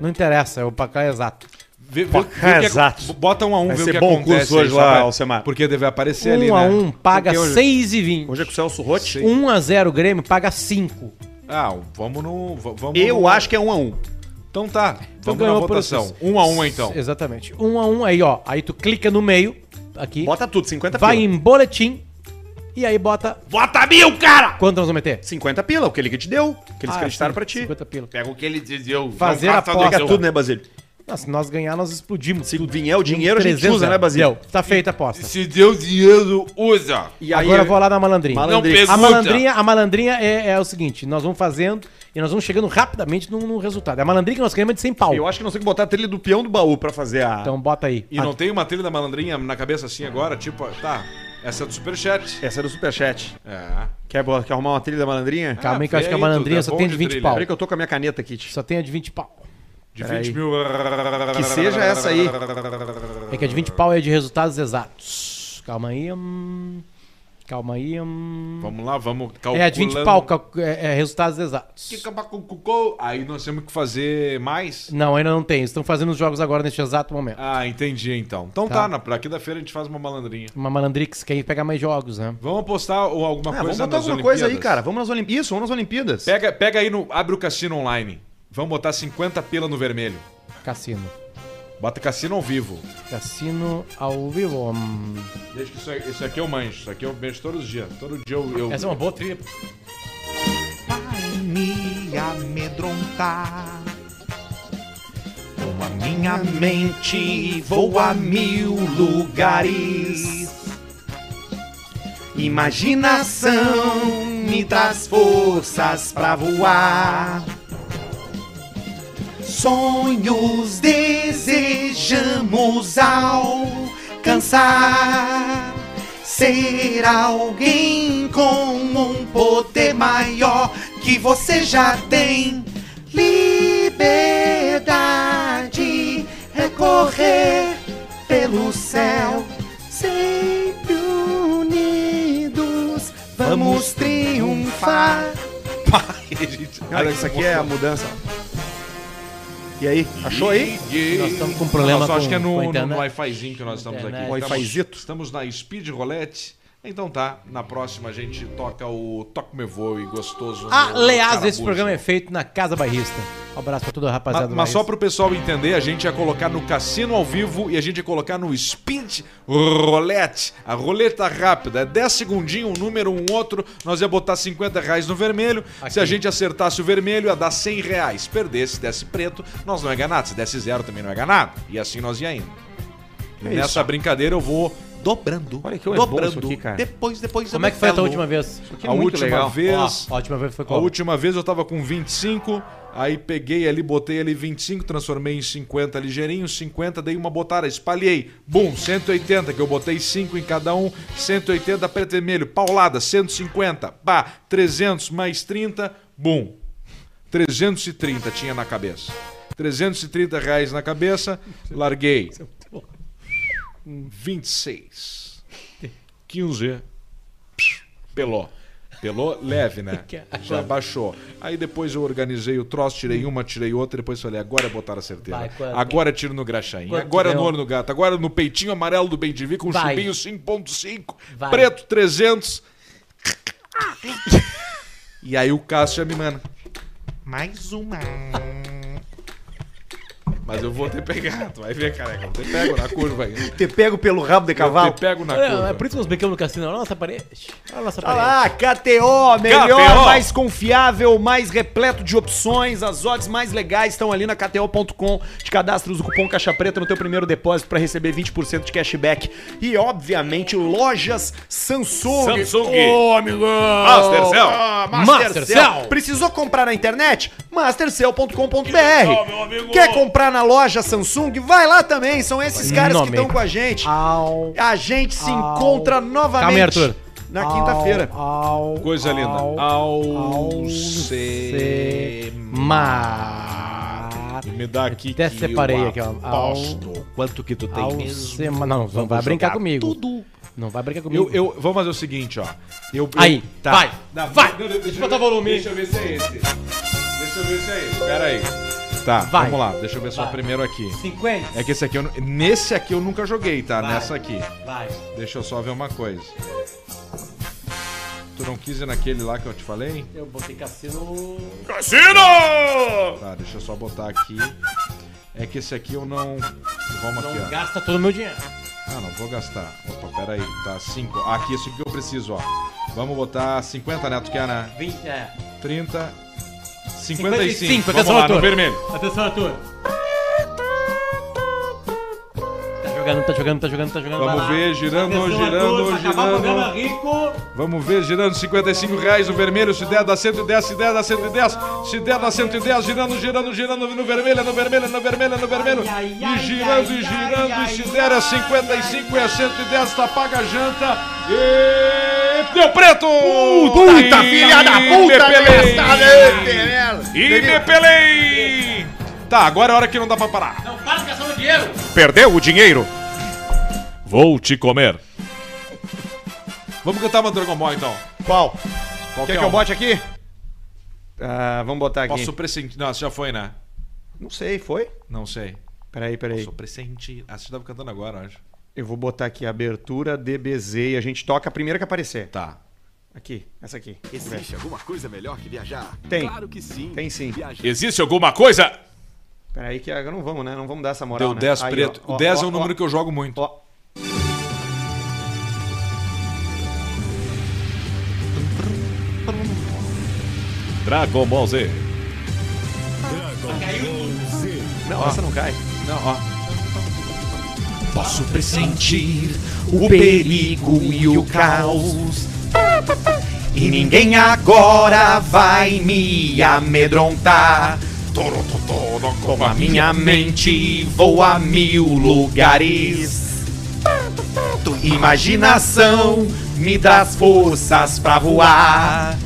C: Não interessa, é o placar exato.
B: Vê, vê-
A: Pô,
B: vê o que é-
A: exato.
B: Bota 1x1,
A: Vai
B: vê
A: ser
B: o que
A: bom
B: acontece.
A: curso hoje
B: aí,
A: lá,
B: só pra-
A: Alcemar.
B: Porque deve aparecer ali,
C: Um
B: né?
C: a um paga
B: Porque hoje-
C: 6,20.
A: Hoje é com o Celso Rotti.
C: 1 a 0 Grêmio paga 5.
B: Ah, vamos no... va- Vamos
A: Eu
B: no-
A: acho que é um a um.
B: Então tá,
C: Então
B: vamos na
C: ganhou por
B: votação.
C: esses-
B: 1x1 então.
C: Exatamente. 1 a 1 aí, ó. Aí tu clica no meio aqui,
A: Bota tudo, 50
C: vai
A: pila.
C: em boletim e aí bota
B: Bota mil, cara!
C: quanto nós vamos meter?
A: 50 pila, o que ele que te deu, o que eles
C: Ah,
A: acreditaram
C: sim,
A: pra ti.
C: 50 pila.
B: Pega o que ele dizia.
C: Fazer a
A: Pega
C: aposta.
A: tudo, né, Basílio?
C: Não, se nós ganhar, nós explodimos.
A: Se vier o dinheiro, a gente
C: 300
A: usa, né,
C: reais.
A: Basílio?
C: Deu. Tá feita a aposta.
B: Se deu dinheiro, usa.
A: E é
C: Agora eu vou lá na malandrinha.
A: Malandrinha.
C: A malandrinha, a malandrinha é, é o seguinte, nós vamos fazendo e nós vamos chegando rapidamente num, num resultado. A malandrinha que nós queremos é de 100 pau.
A: Eu acho que nós temos que botar a trilha do peão do baú pra fazer a.
C: Então bota aí.
B: E não tem uma trilha da malandrinha na cabeça assim agora? Tipo, tá, essa é do Superchat.
A: Essa é do Superchat.
B: É.
A: Quer, bo- quer arrumar uma trilha da malandrinha?
C: Calma aí que eu acho que a
B: feito,
C: malandrinha
B: tá
C: só
B: bom
C: tem
B: de
C: de 20
B: trilha.
C: pau.
A: Peraí que eu tô com a minha caneta aqui, tio.
C: Só tem a de 20 pau.
B: De
A: Peraí.
B: 20 mil.
A: Que seja essa aí.
C: É que a
B: Ah.
C: de 20 pau é de resultados exatos. Calma aí. hum. Calma aí. hum.
B: Vamos lá, vamos calcular.
C: É a de 20 pau, cal- é, é resultados
B: Que
C: exatos.
B: acabar com o cucô. Aí nós temos que fazer mais.
C: Não, ainda não tem. Estão fazendo os jogos agora neste exato momento.
B: Ah, entendi então. Então tá,
C: Tá.
B: na, pra quinta-feira a gente faz uma malandrinha.
C: Uma malandrix quer ir pegar mais jogos, né?
B: Vamos apostar ou alguma
A: Ah,
B: coisa
A: vamos botar
B: nas
A: alguma coisa aí,
B: Olimpíadas?
A: cara. Vamos nas Olimpíadas. Isso, vamos nas Olimpíadas.
B: Pega, pega aí no. Abre o cassino online. Vamos botar 50 pila no vermelho.
C: Cassino.
B: Bota cassino ao vivo.
C: Cassino ao vivo. hum.
B: Deixa que isso, aí- isso aqui eu manjo. Isso aqui eu mexo todos os dias. Todo dia eu. eu-
C: Essa é uma boa trilha.
E: vai me amedrontar. Com a minha mente vou a mil lugares. Imaginação me traz forças pra voar. Sonhos desejamos alcançar. Ser alguém com um poder maior que você já tem. Liberdade é correr pelo céu, sempre unidos vamos triunfar.
A: Olha, isso aqui é a mudança. E aí? Achou aí?
C: Nós estamos com problema
B: Não, só acho
C: com-
B: que é
C: com
B: no,
C: a
B: no
C: internet.
B: Wi-Fizinho que nós estamos aqui.
C: Internet.
B: Estamos-
A: Wi-Fizito.
B: Estamos na Speed Roulette. Então tá, na próxima a gente toca o Toque Me Voe gostoso. no
C: Ah, Aliás,
B: Carabujo.
C: esse programa é feito na Casa Barrista. Um abraço pra toda a rapaziada
B: Mas,
C: do
B: mas só
C: Barrista.
B: pro pessoal entender, a gente ia colocar no cassino ao vivo e a gente ia colocar no Speed Roulette. A roleta rápida. É 10 segundinhos, um número, um outro. Nós ia botar 50 reais no vermelho. Se a gente acertasse o vermelho, ia dar 100 reais. Perdesse, desse preto, nós não ia ganhar nada. Se desse zero, também não ia ganhar nada. E assim nós ia indo. E nessa brincadeira eu vou
E: Dobrando,
A: Olha que é bom isso
E: dobrando.
A: aqui, cara.
E: Depois, depois
C: Como é que foi a tua última vez?
A: Que
B: a
A: muito
B: última
A: legal.
B: vez.
C: Ó, a última vez foi
B: A
C: qual?
B: última vez eu tava com 25, aí peguei ali, botei ali 25, transformei em 50 ligeirinho, 50, dei uma botada, espalhei. Bum, 180, que eu botei 5 em cada um, 180 preto e vermelho, paulada, 150, pá, 300 mais 30, bum. 330 tinha na cabeça. 330 reais na cabeça, larguei. 26. 15. Pelou. Pelou leve, né? Já baixou. Aí depois eu organizei o troço, tirei uma, tirei outra, depois falei, agora é botar a certeza.
C: Vai, quanto?
B: agora eu tiro no graxaim,
C: Quanto
B: agora é no
C: deu?
B: olho no gato, agora no peitinho amarelo do Bendivi com
C: um-
B: um
C: Vai.
B: chubinho 5.5,
C: Vai.
B: preto 300. e aí o Cássio já me manda.
E: Mais uma.
B: Mas eu vou ter pegado, vai ver, careca. Eu te pego na curva ainda.
A: Te pego pelo rabo de
B: Eu
A: cavalo.
B: te pego na
C: Olha,
B: curva.
C: é por isso que nós brincamos no cassino. Olha a nossa parede. Olha a nossa
A: Olha
C: parede.
A: lá, KTO, melhor,
B: KTO.
A: mais confiável, mais repleto de opções. As odds mais legais estão ali na KTO.com. Te cadastra, usa o cupom Caixa Preta no teu primeiro depósito para receber 20% de cashback. E, obviamente, lojas Samsung.
B: Samsung.
A: Ô, amigo!
B: Mastercell.
A: Ah,
C: Mastercell.
A: Mastercell. Precisou comprar na internet? Mastercell.com.br Quer comprar na loja Samsung? Vai lá também, são esses caras que
C: Nome.
A: estão com a gente.
C: Au.
A: A gente se
C: Au.
A: encontra novamente
C: Calma aí, Arthur.
A: na quinta-feira.
C: Au, au,
B: Coisa linda.
C: Ao,
B: Ao,
C: ao
B: ser-
C: ser mais.
B: E me dá aqui
C: Até
B: que
C: separei
B: eu
C: aqui, ó.
B: aposto.
F: Quanto que tu tem
C: Ao
F: mesmo?
C: sema- Não, não, não vai
F: Vamos
C: brincar
F: jogar
C: comigo.
F: Tudo.
C: Não vai brincar comigo.
B: Eu, eu, vamos fazer o seguinte, ó. Eu, eu-
C: Aí,
B: tá.
C: vai,
B: Não,
C: vai.
B: não, Deixa, eu
C: botar
B: ver-
C: volume.
B: Deixa eu ver se é esse. Deixa eu ver se é esse. Pera aí. Tá,
C: Vai.
B: vamos lá. Deixa eu ver só
C: Vai.
B: primeiro aqui.
C: 50?
B: É que esse aqui, eu, nu- nesse aqui eu nunca joguei, tá?
C: Vai.
B: Nessa aqui.
C: Vai.
B: Deixa eu só ver uma coisa. Tu não quis ir naquele lá que eu te falei?
C: Eu botei cassino.
B: Cassino! Tá, deixa eu só botar aqui. É que esse aqui eu não. Vamos
C: Não
B: aqui, ó.
C: gasta todo o meu dinheiro.
B: Ah, não vou gastar. Opa, pera aí. Tá, 5. Ah, aqui, isso aqui que eu preciso, ó. Vamos botar 50, né? Tu quer, né?
C: 20, é.
B: 30. 55.
C: 55,
B: Vamos
C: atenção,
B: lá,
C: Arthur.
B: no vermelho.
C: Atenção, Arthur. Tá jogando, tá jogando, tá jogando, tá jogando.
B: Vamos
C: vai lá.
B: ver, girando, girando,
C: vai Acabar o
B: girando.
C: programa rico.
B: Vamos ver, girando 55 reais o vermelho. Se der, dá 110. Se der, dá 110. Se der, dá 110. Girando, girando, girando. No vermelho, no vermelho, no vermelho, no vermelho.
C: Ai, ai,
B: E
C: ai,
B: girando,
C: ai,
B: e
C: ai,
B: girando.
C: ai,
B: E se der, é 55. É 110. Tá paga a janta. E. Deu preto! Tá
F: Puta filha da puta, né?
B: Indepelei!
F: desgraçada!
B: Indepelei! Tá, agora é a hora que não dá pra parar.
C: Não para de gastar meu dinheiro.
F: Perdeu o dinheiro?
B: Vou te comer. Vamos cantar uma Dragon Ball então.
A: Qual? um.
B: Qual
A: Quer que eu bote aqui? Ah, vamos botar aqui.
B: Posso pressentir. Não, essa já foi, né?
A: Não sei, foi?
B: Não sei.
A: Peraí, peraí.
B: Posso pressentir. Ah, você tava cantando agora, eu acho.
A: Eu vou botar aqui abertura DBZ e a gente toca a primeira que aparecer.
B: Tá.
A: Aqui, essa aqui.
G: Existe alguma coisa melhor que viajar?
A: Tem.
G: Claro que sim.
A: Tem sim.
G: Viajar
B: Existe alguma coisa?
A: Peraí que ah, não vamos, né? Não vamos dar essa moral,
B: Deu
A: né?
B: 10
A: Aí, ó,
B: preto.
A: ó,
B: o 10
A: ó,
B: é um número
A: ó,
B: que eu jogo muito.
A: ó.
B: Dragon Ball Z.
A: Não, essa não cai.
B: Não, ó.
F: Posso pressentir o perigo e o caos. E ninguém agora vai me amedrontar. Com a minha mente vou a mil lugares. Imaginação me dá as forças pra voar.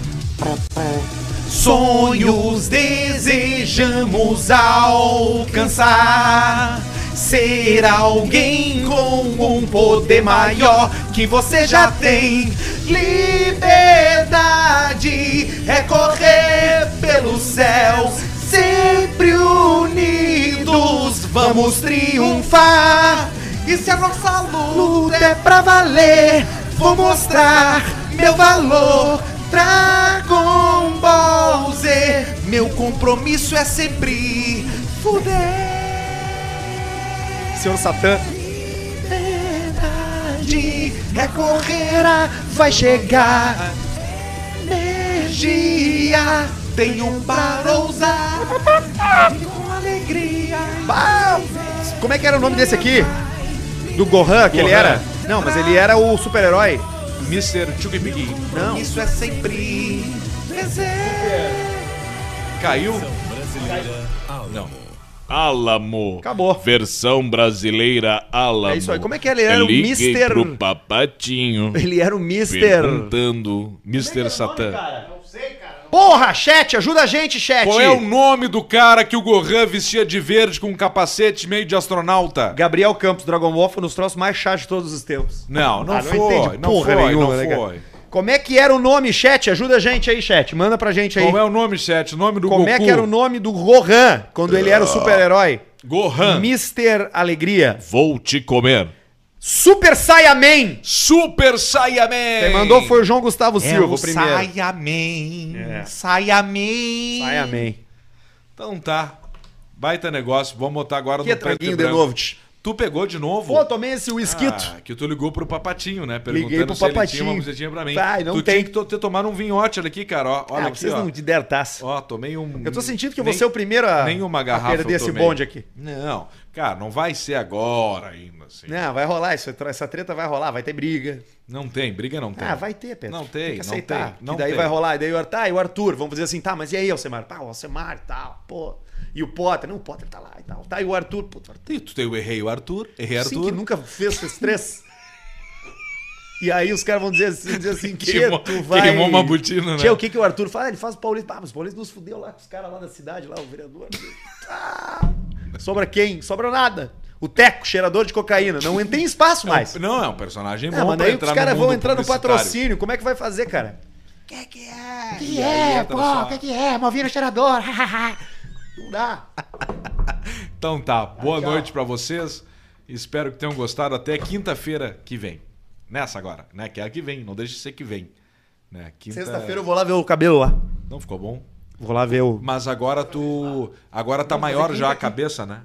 F: Sonhos desejamos alcançar. Ser alguém com um poder maior que você já tem. Liberdade é correr pelos céus, sempre unidos vamos triunfar. E se a nossa luta é pra valer, vou mostrar meu valor. Dragon Ball Z, meu compromisso é sempre fuder.
A: Senhor Satã.
F: Liberdade é correr, a- vai chegar. Energia tem um para ousar. E com alegria.
A: Ah, como é que era o nome desse aqui? Do Gohan, que ele
B: Gohan.
A: era? Não, mas ele era o super-herói.
B: Mr. Chucky Piggy.
A: Não.
F: Isso é sempre.
B: Caiu.
H: Alamo.
A: Acabou.
H: Versão brasileira Alamo.
A: É isso aí. Como é que ele era? O
H: Liguei
A: Mr.
H: pro papatinho.
A: Ele era o Mr.
H: Perguntando. Mr.
A: é
H: Satã.
A: Porra, chat, ajuda a gente, chat.
B: Qual é o nome do cara que o Gohan vestia de verde com um capacete meio de astronauta?
A: Gabriel Campos, Dragon Ball, foi nos troços mais chatos de todos os tempos.
B: Não, não
A: Ah,
B: foi.
A: entende
B: Não
A: porra
B: foi,
A: nenhuma,
B: não
A: né, cara?
B: foi.
A: Como é que era o nome, chat? Ajuda a gente aí, chat. Manda pra gente aí.
B: Qual é o nome, chat? O nome do
A: Como
B: Goku?
A: é que era o nome do Gohan quando ele era o super-herói?
B: Gohan.
A: Mr. Alegria.
H: Vou te comer.
A: Super Saiyaman.
B: Super Saiyaman.
A: Quem mandou foi o João
B: É
A: Gustavo Silva, o primeiro.
F: É um Saiamen.
A: É.
F: Saiamen.
A: Saiyaman.
B: Então tá. Baita negócio. Vamos botar agora
A: Que é
B: no preto e
A: tranquinho de
B: um branco.
A: novo. tch.
B: Tu pegou de novo?
A: Pô, tomei esse whisquito.
B: Ah, que tu ligou pro papatinho, né? Perguntando
A: Liguei pro
B: se ele tinha
A: Papatinho.
B: uma buzetinha pra mim.
A: Vai, não
B: tu
A: tem.
B: tinha que to- ter tomado um vinhote olha aqui, cara. Ó, olha
A: Ah,
B: aqui,
A: vocês
B: ó.
A: não te deram taça.
B: Ó, tomei um...
A: Eu tô sentindo que eu
B: Nem-
A: vou ser o primeiro a,
B: Nenhuma
A: a
B: garrafa
A: perder
B: eu
A: esse
B: tomei.
A: bonde aqui.
B: Não. Cara, não vai ser agora ainda, assim.
A: Não, vai rolar, isso, essa treta vai rolar, vai ter briga.
B: Não tem, briga não tem.
A: Ah, vai ter, Pedro.
B: É. Não tem,
A: que
B: não
A: aceitar.
B: tem, não
A: que daí
B: tem.
A: vai rolar. E daí o Arthur, tá, e o Arthur, vamos dizer assim, tá, mas e aí, Alcemar? Pá, o Alcemar, tal, pô. E o Potter, não, o Potter tá lá e tal. Tá, e o Arthur, pô, o Arthur.
B: E tu tem o errei o Arthur, errei
A: Sim, que
B: Arthur.
A: nunca fez esses três. E aí os caras vão dizer assim, dizer assim
B: Queimou-
A: "Tchê, tu vai...
B: queimou uma botina, né?
A: Tchê, o que, que o Arthur faz? Ah, ele faz o Paulista. Ah, mas o Paulista nos fudeu lá com os caras lá da cidade, lá, o vereador. Ah, sobra quem? Sobra nada. O Teco, cheirador de cocaína. Não tem espaço mais.
B: Não, é um personagem
A: É,
B: bom
A: mas
B: pra
A: aí os
B: entrar
A: caras
B: no mundo
A: vão entrar no
B: publicitário.
A: patrocínio. Como é que vai fazer, cara?
B: E aí entra só-
C: É, que é? Malvina cheirador.
A: Não dá.
B: Então tá, boa noite pra vocês. Espero que tenham gostado. Até quinta-feira que vem. Nessa agora, né? Que é a que vem, não deixe de ser que vem. Né? Quinta-
A: Sexta-feira eu vou lá ver o cabelo lá.
B: Não ficou bom.
A: Vou lá ver o.
B: Mas agora tu. Agora tá
A: é
B: maior já a cabeça, né?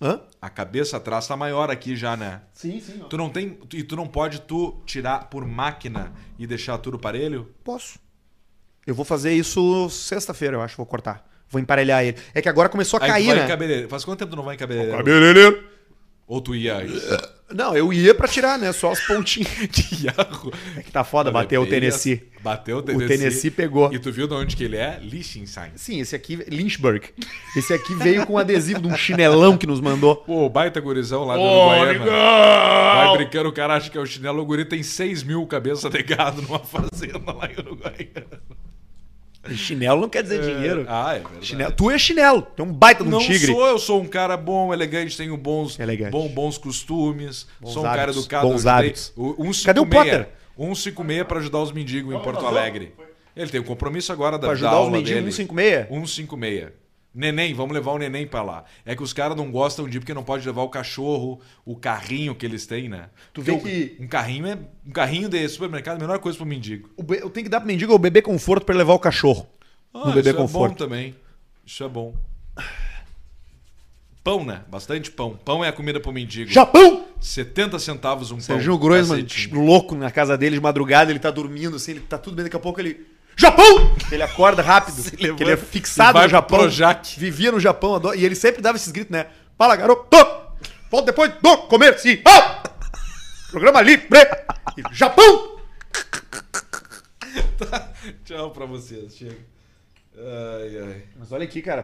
A: Hã?
B: A cabeça atrás tá maior aqui já, né? Sim, sim. Tu não tem. tu- E tu não pode tu tirar por máquina e deixar tudo parelho?
A: Posso. Eu vou fazer isso sexta-feira, eu acho. Vou cortar. Vou emparelhar ele. É que agora começou a
B: Aí tu
A: cair,
B: vai
A: né?
B: em cabeleireiro. Faz quanto tempo tu não vai em cabeleireiro?
A: Cabeleireiro.
B: Ou tu ia.
A: Não, eu ia pra tirar, né? Só as pontinhas.
B: que arro.
A: É que tá foda, bateu o Tennessee.
B: Bateu o
A: O
B: Tennessee.
A: Tennessee pegou.
B: E tu viu de onde que ele é? Liechtenstein.
A: Sim, esse aqui, Lynchburg. Esse aqui veio com um adesivo de um chinelão que nos mandou.
B: Pô, baita gurizão lá do Uruguaiana. Vai brincando, o cara acha que é o chinelo. O guri tem 6 mil cabeça de gado numa fazenda lá em Uruguaiana.
A: E chinelo não quer dizer dinheiro.
B: Ah, é verdade.
A: Chinelo. Tu é chinelo. Tem um baita de um
B: Não
A: tigre.
B: sou, eu sou um cara bom, elegante, tenho bons,
A: Elegante.
B: bom- bons costumes, sou um
A: hábitos,
B: cara educado.
A: bons
B: eu ajudei-
A: hábitos.
B: o- um
A: Cadê
B: 56,
A: o Potter?
B: 156 para ajudar os mendigos em Porto Alegre. Ele tem um compromisso agora da,
A: Pra
B: da
A: ajudar os
B: aula
A: mendigos
B: dele.
A: 156?
B: 156. Neném, vamos levar o neném pra lá. É que os caras não gostam de ir porque não pode levar o cachorro, o carrinho que eles têm, né?
A: Tu vê
B: Porque o-
A: que-
B: um carrinho é um carrinho de supermercado é a melhor coisa pro mendigo.
A: O be- Eu tenho que dar pro mendigo é o bebê conforto pra ele levar o cachorro.
B: Ah,
A: no Um bebê
B: isso é bom
A: conforto.
B: também. Isso é bom. Pão, né? Bastante pão. Pão é a comida pro mendigo.
A: Japão!
B: 70 centavos um
A: Serginho
B: pão.
A: Groisman,
B: Cacetinho.
A: louco na casa dele de madrugada, ele tá dormindo, assim, ele tá tudo bem, daqui a pouco ele. Japão! Ele acorda rápido, que ele é
B: e
A: fixado
B: vai
A: no Japão.
B: pro Projac.
A: Vivia no Japão, adora- e ele sempre dava esses gritos, né? Fala, garoto! Volta depois do comercial! Programa livre! E Japão!
B: Tchau pra vocês. Chega. Ai, ai.
A: Mas olha aqui, cara.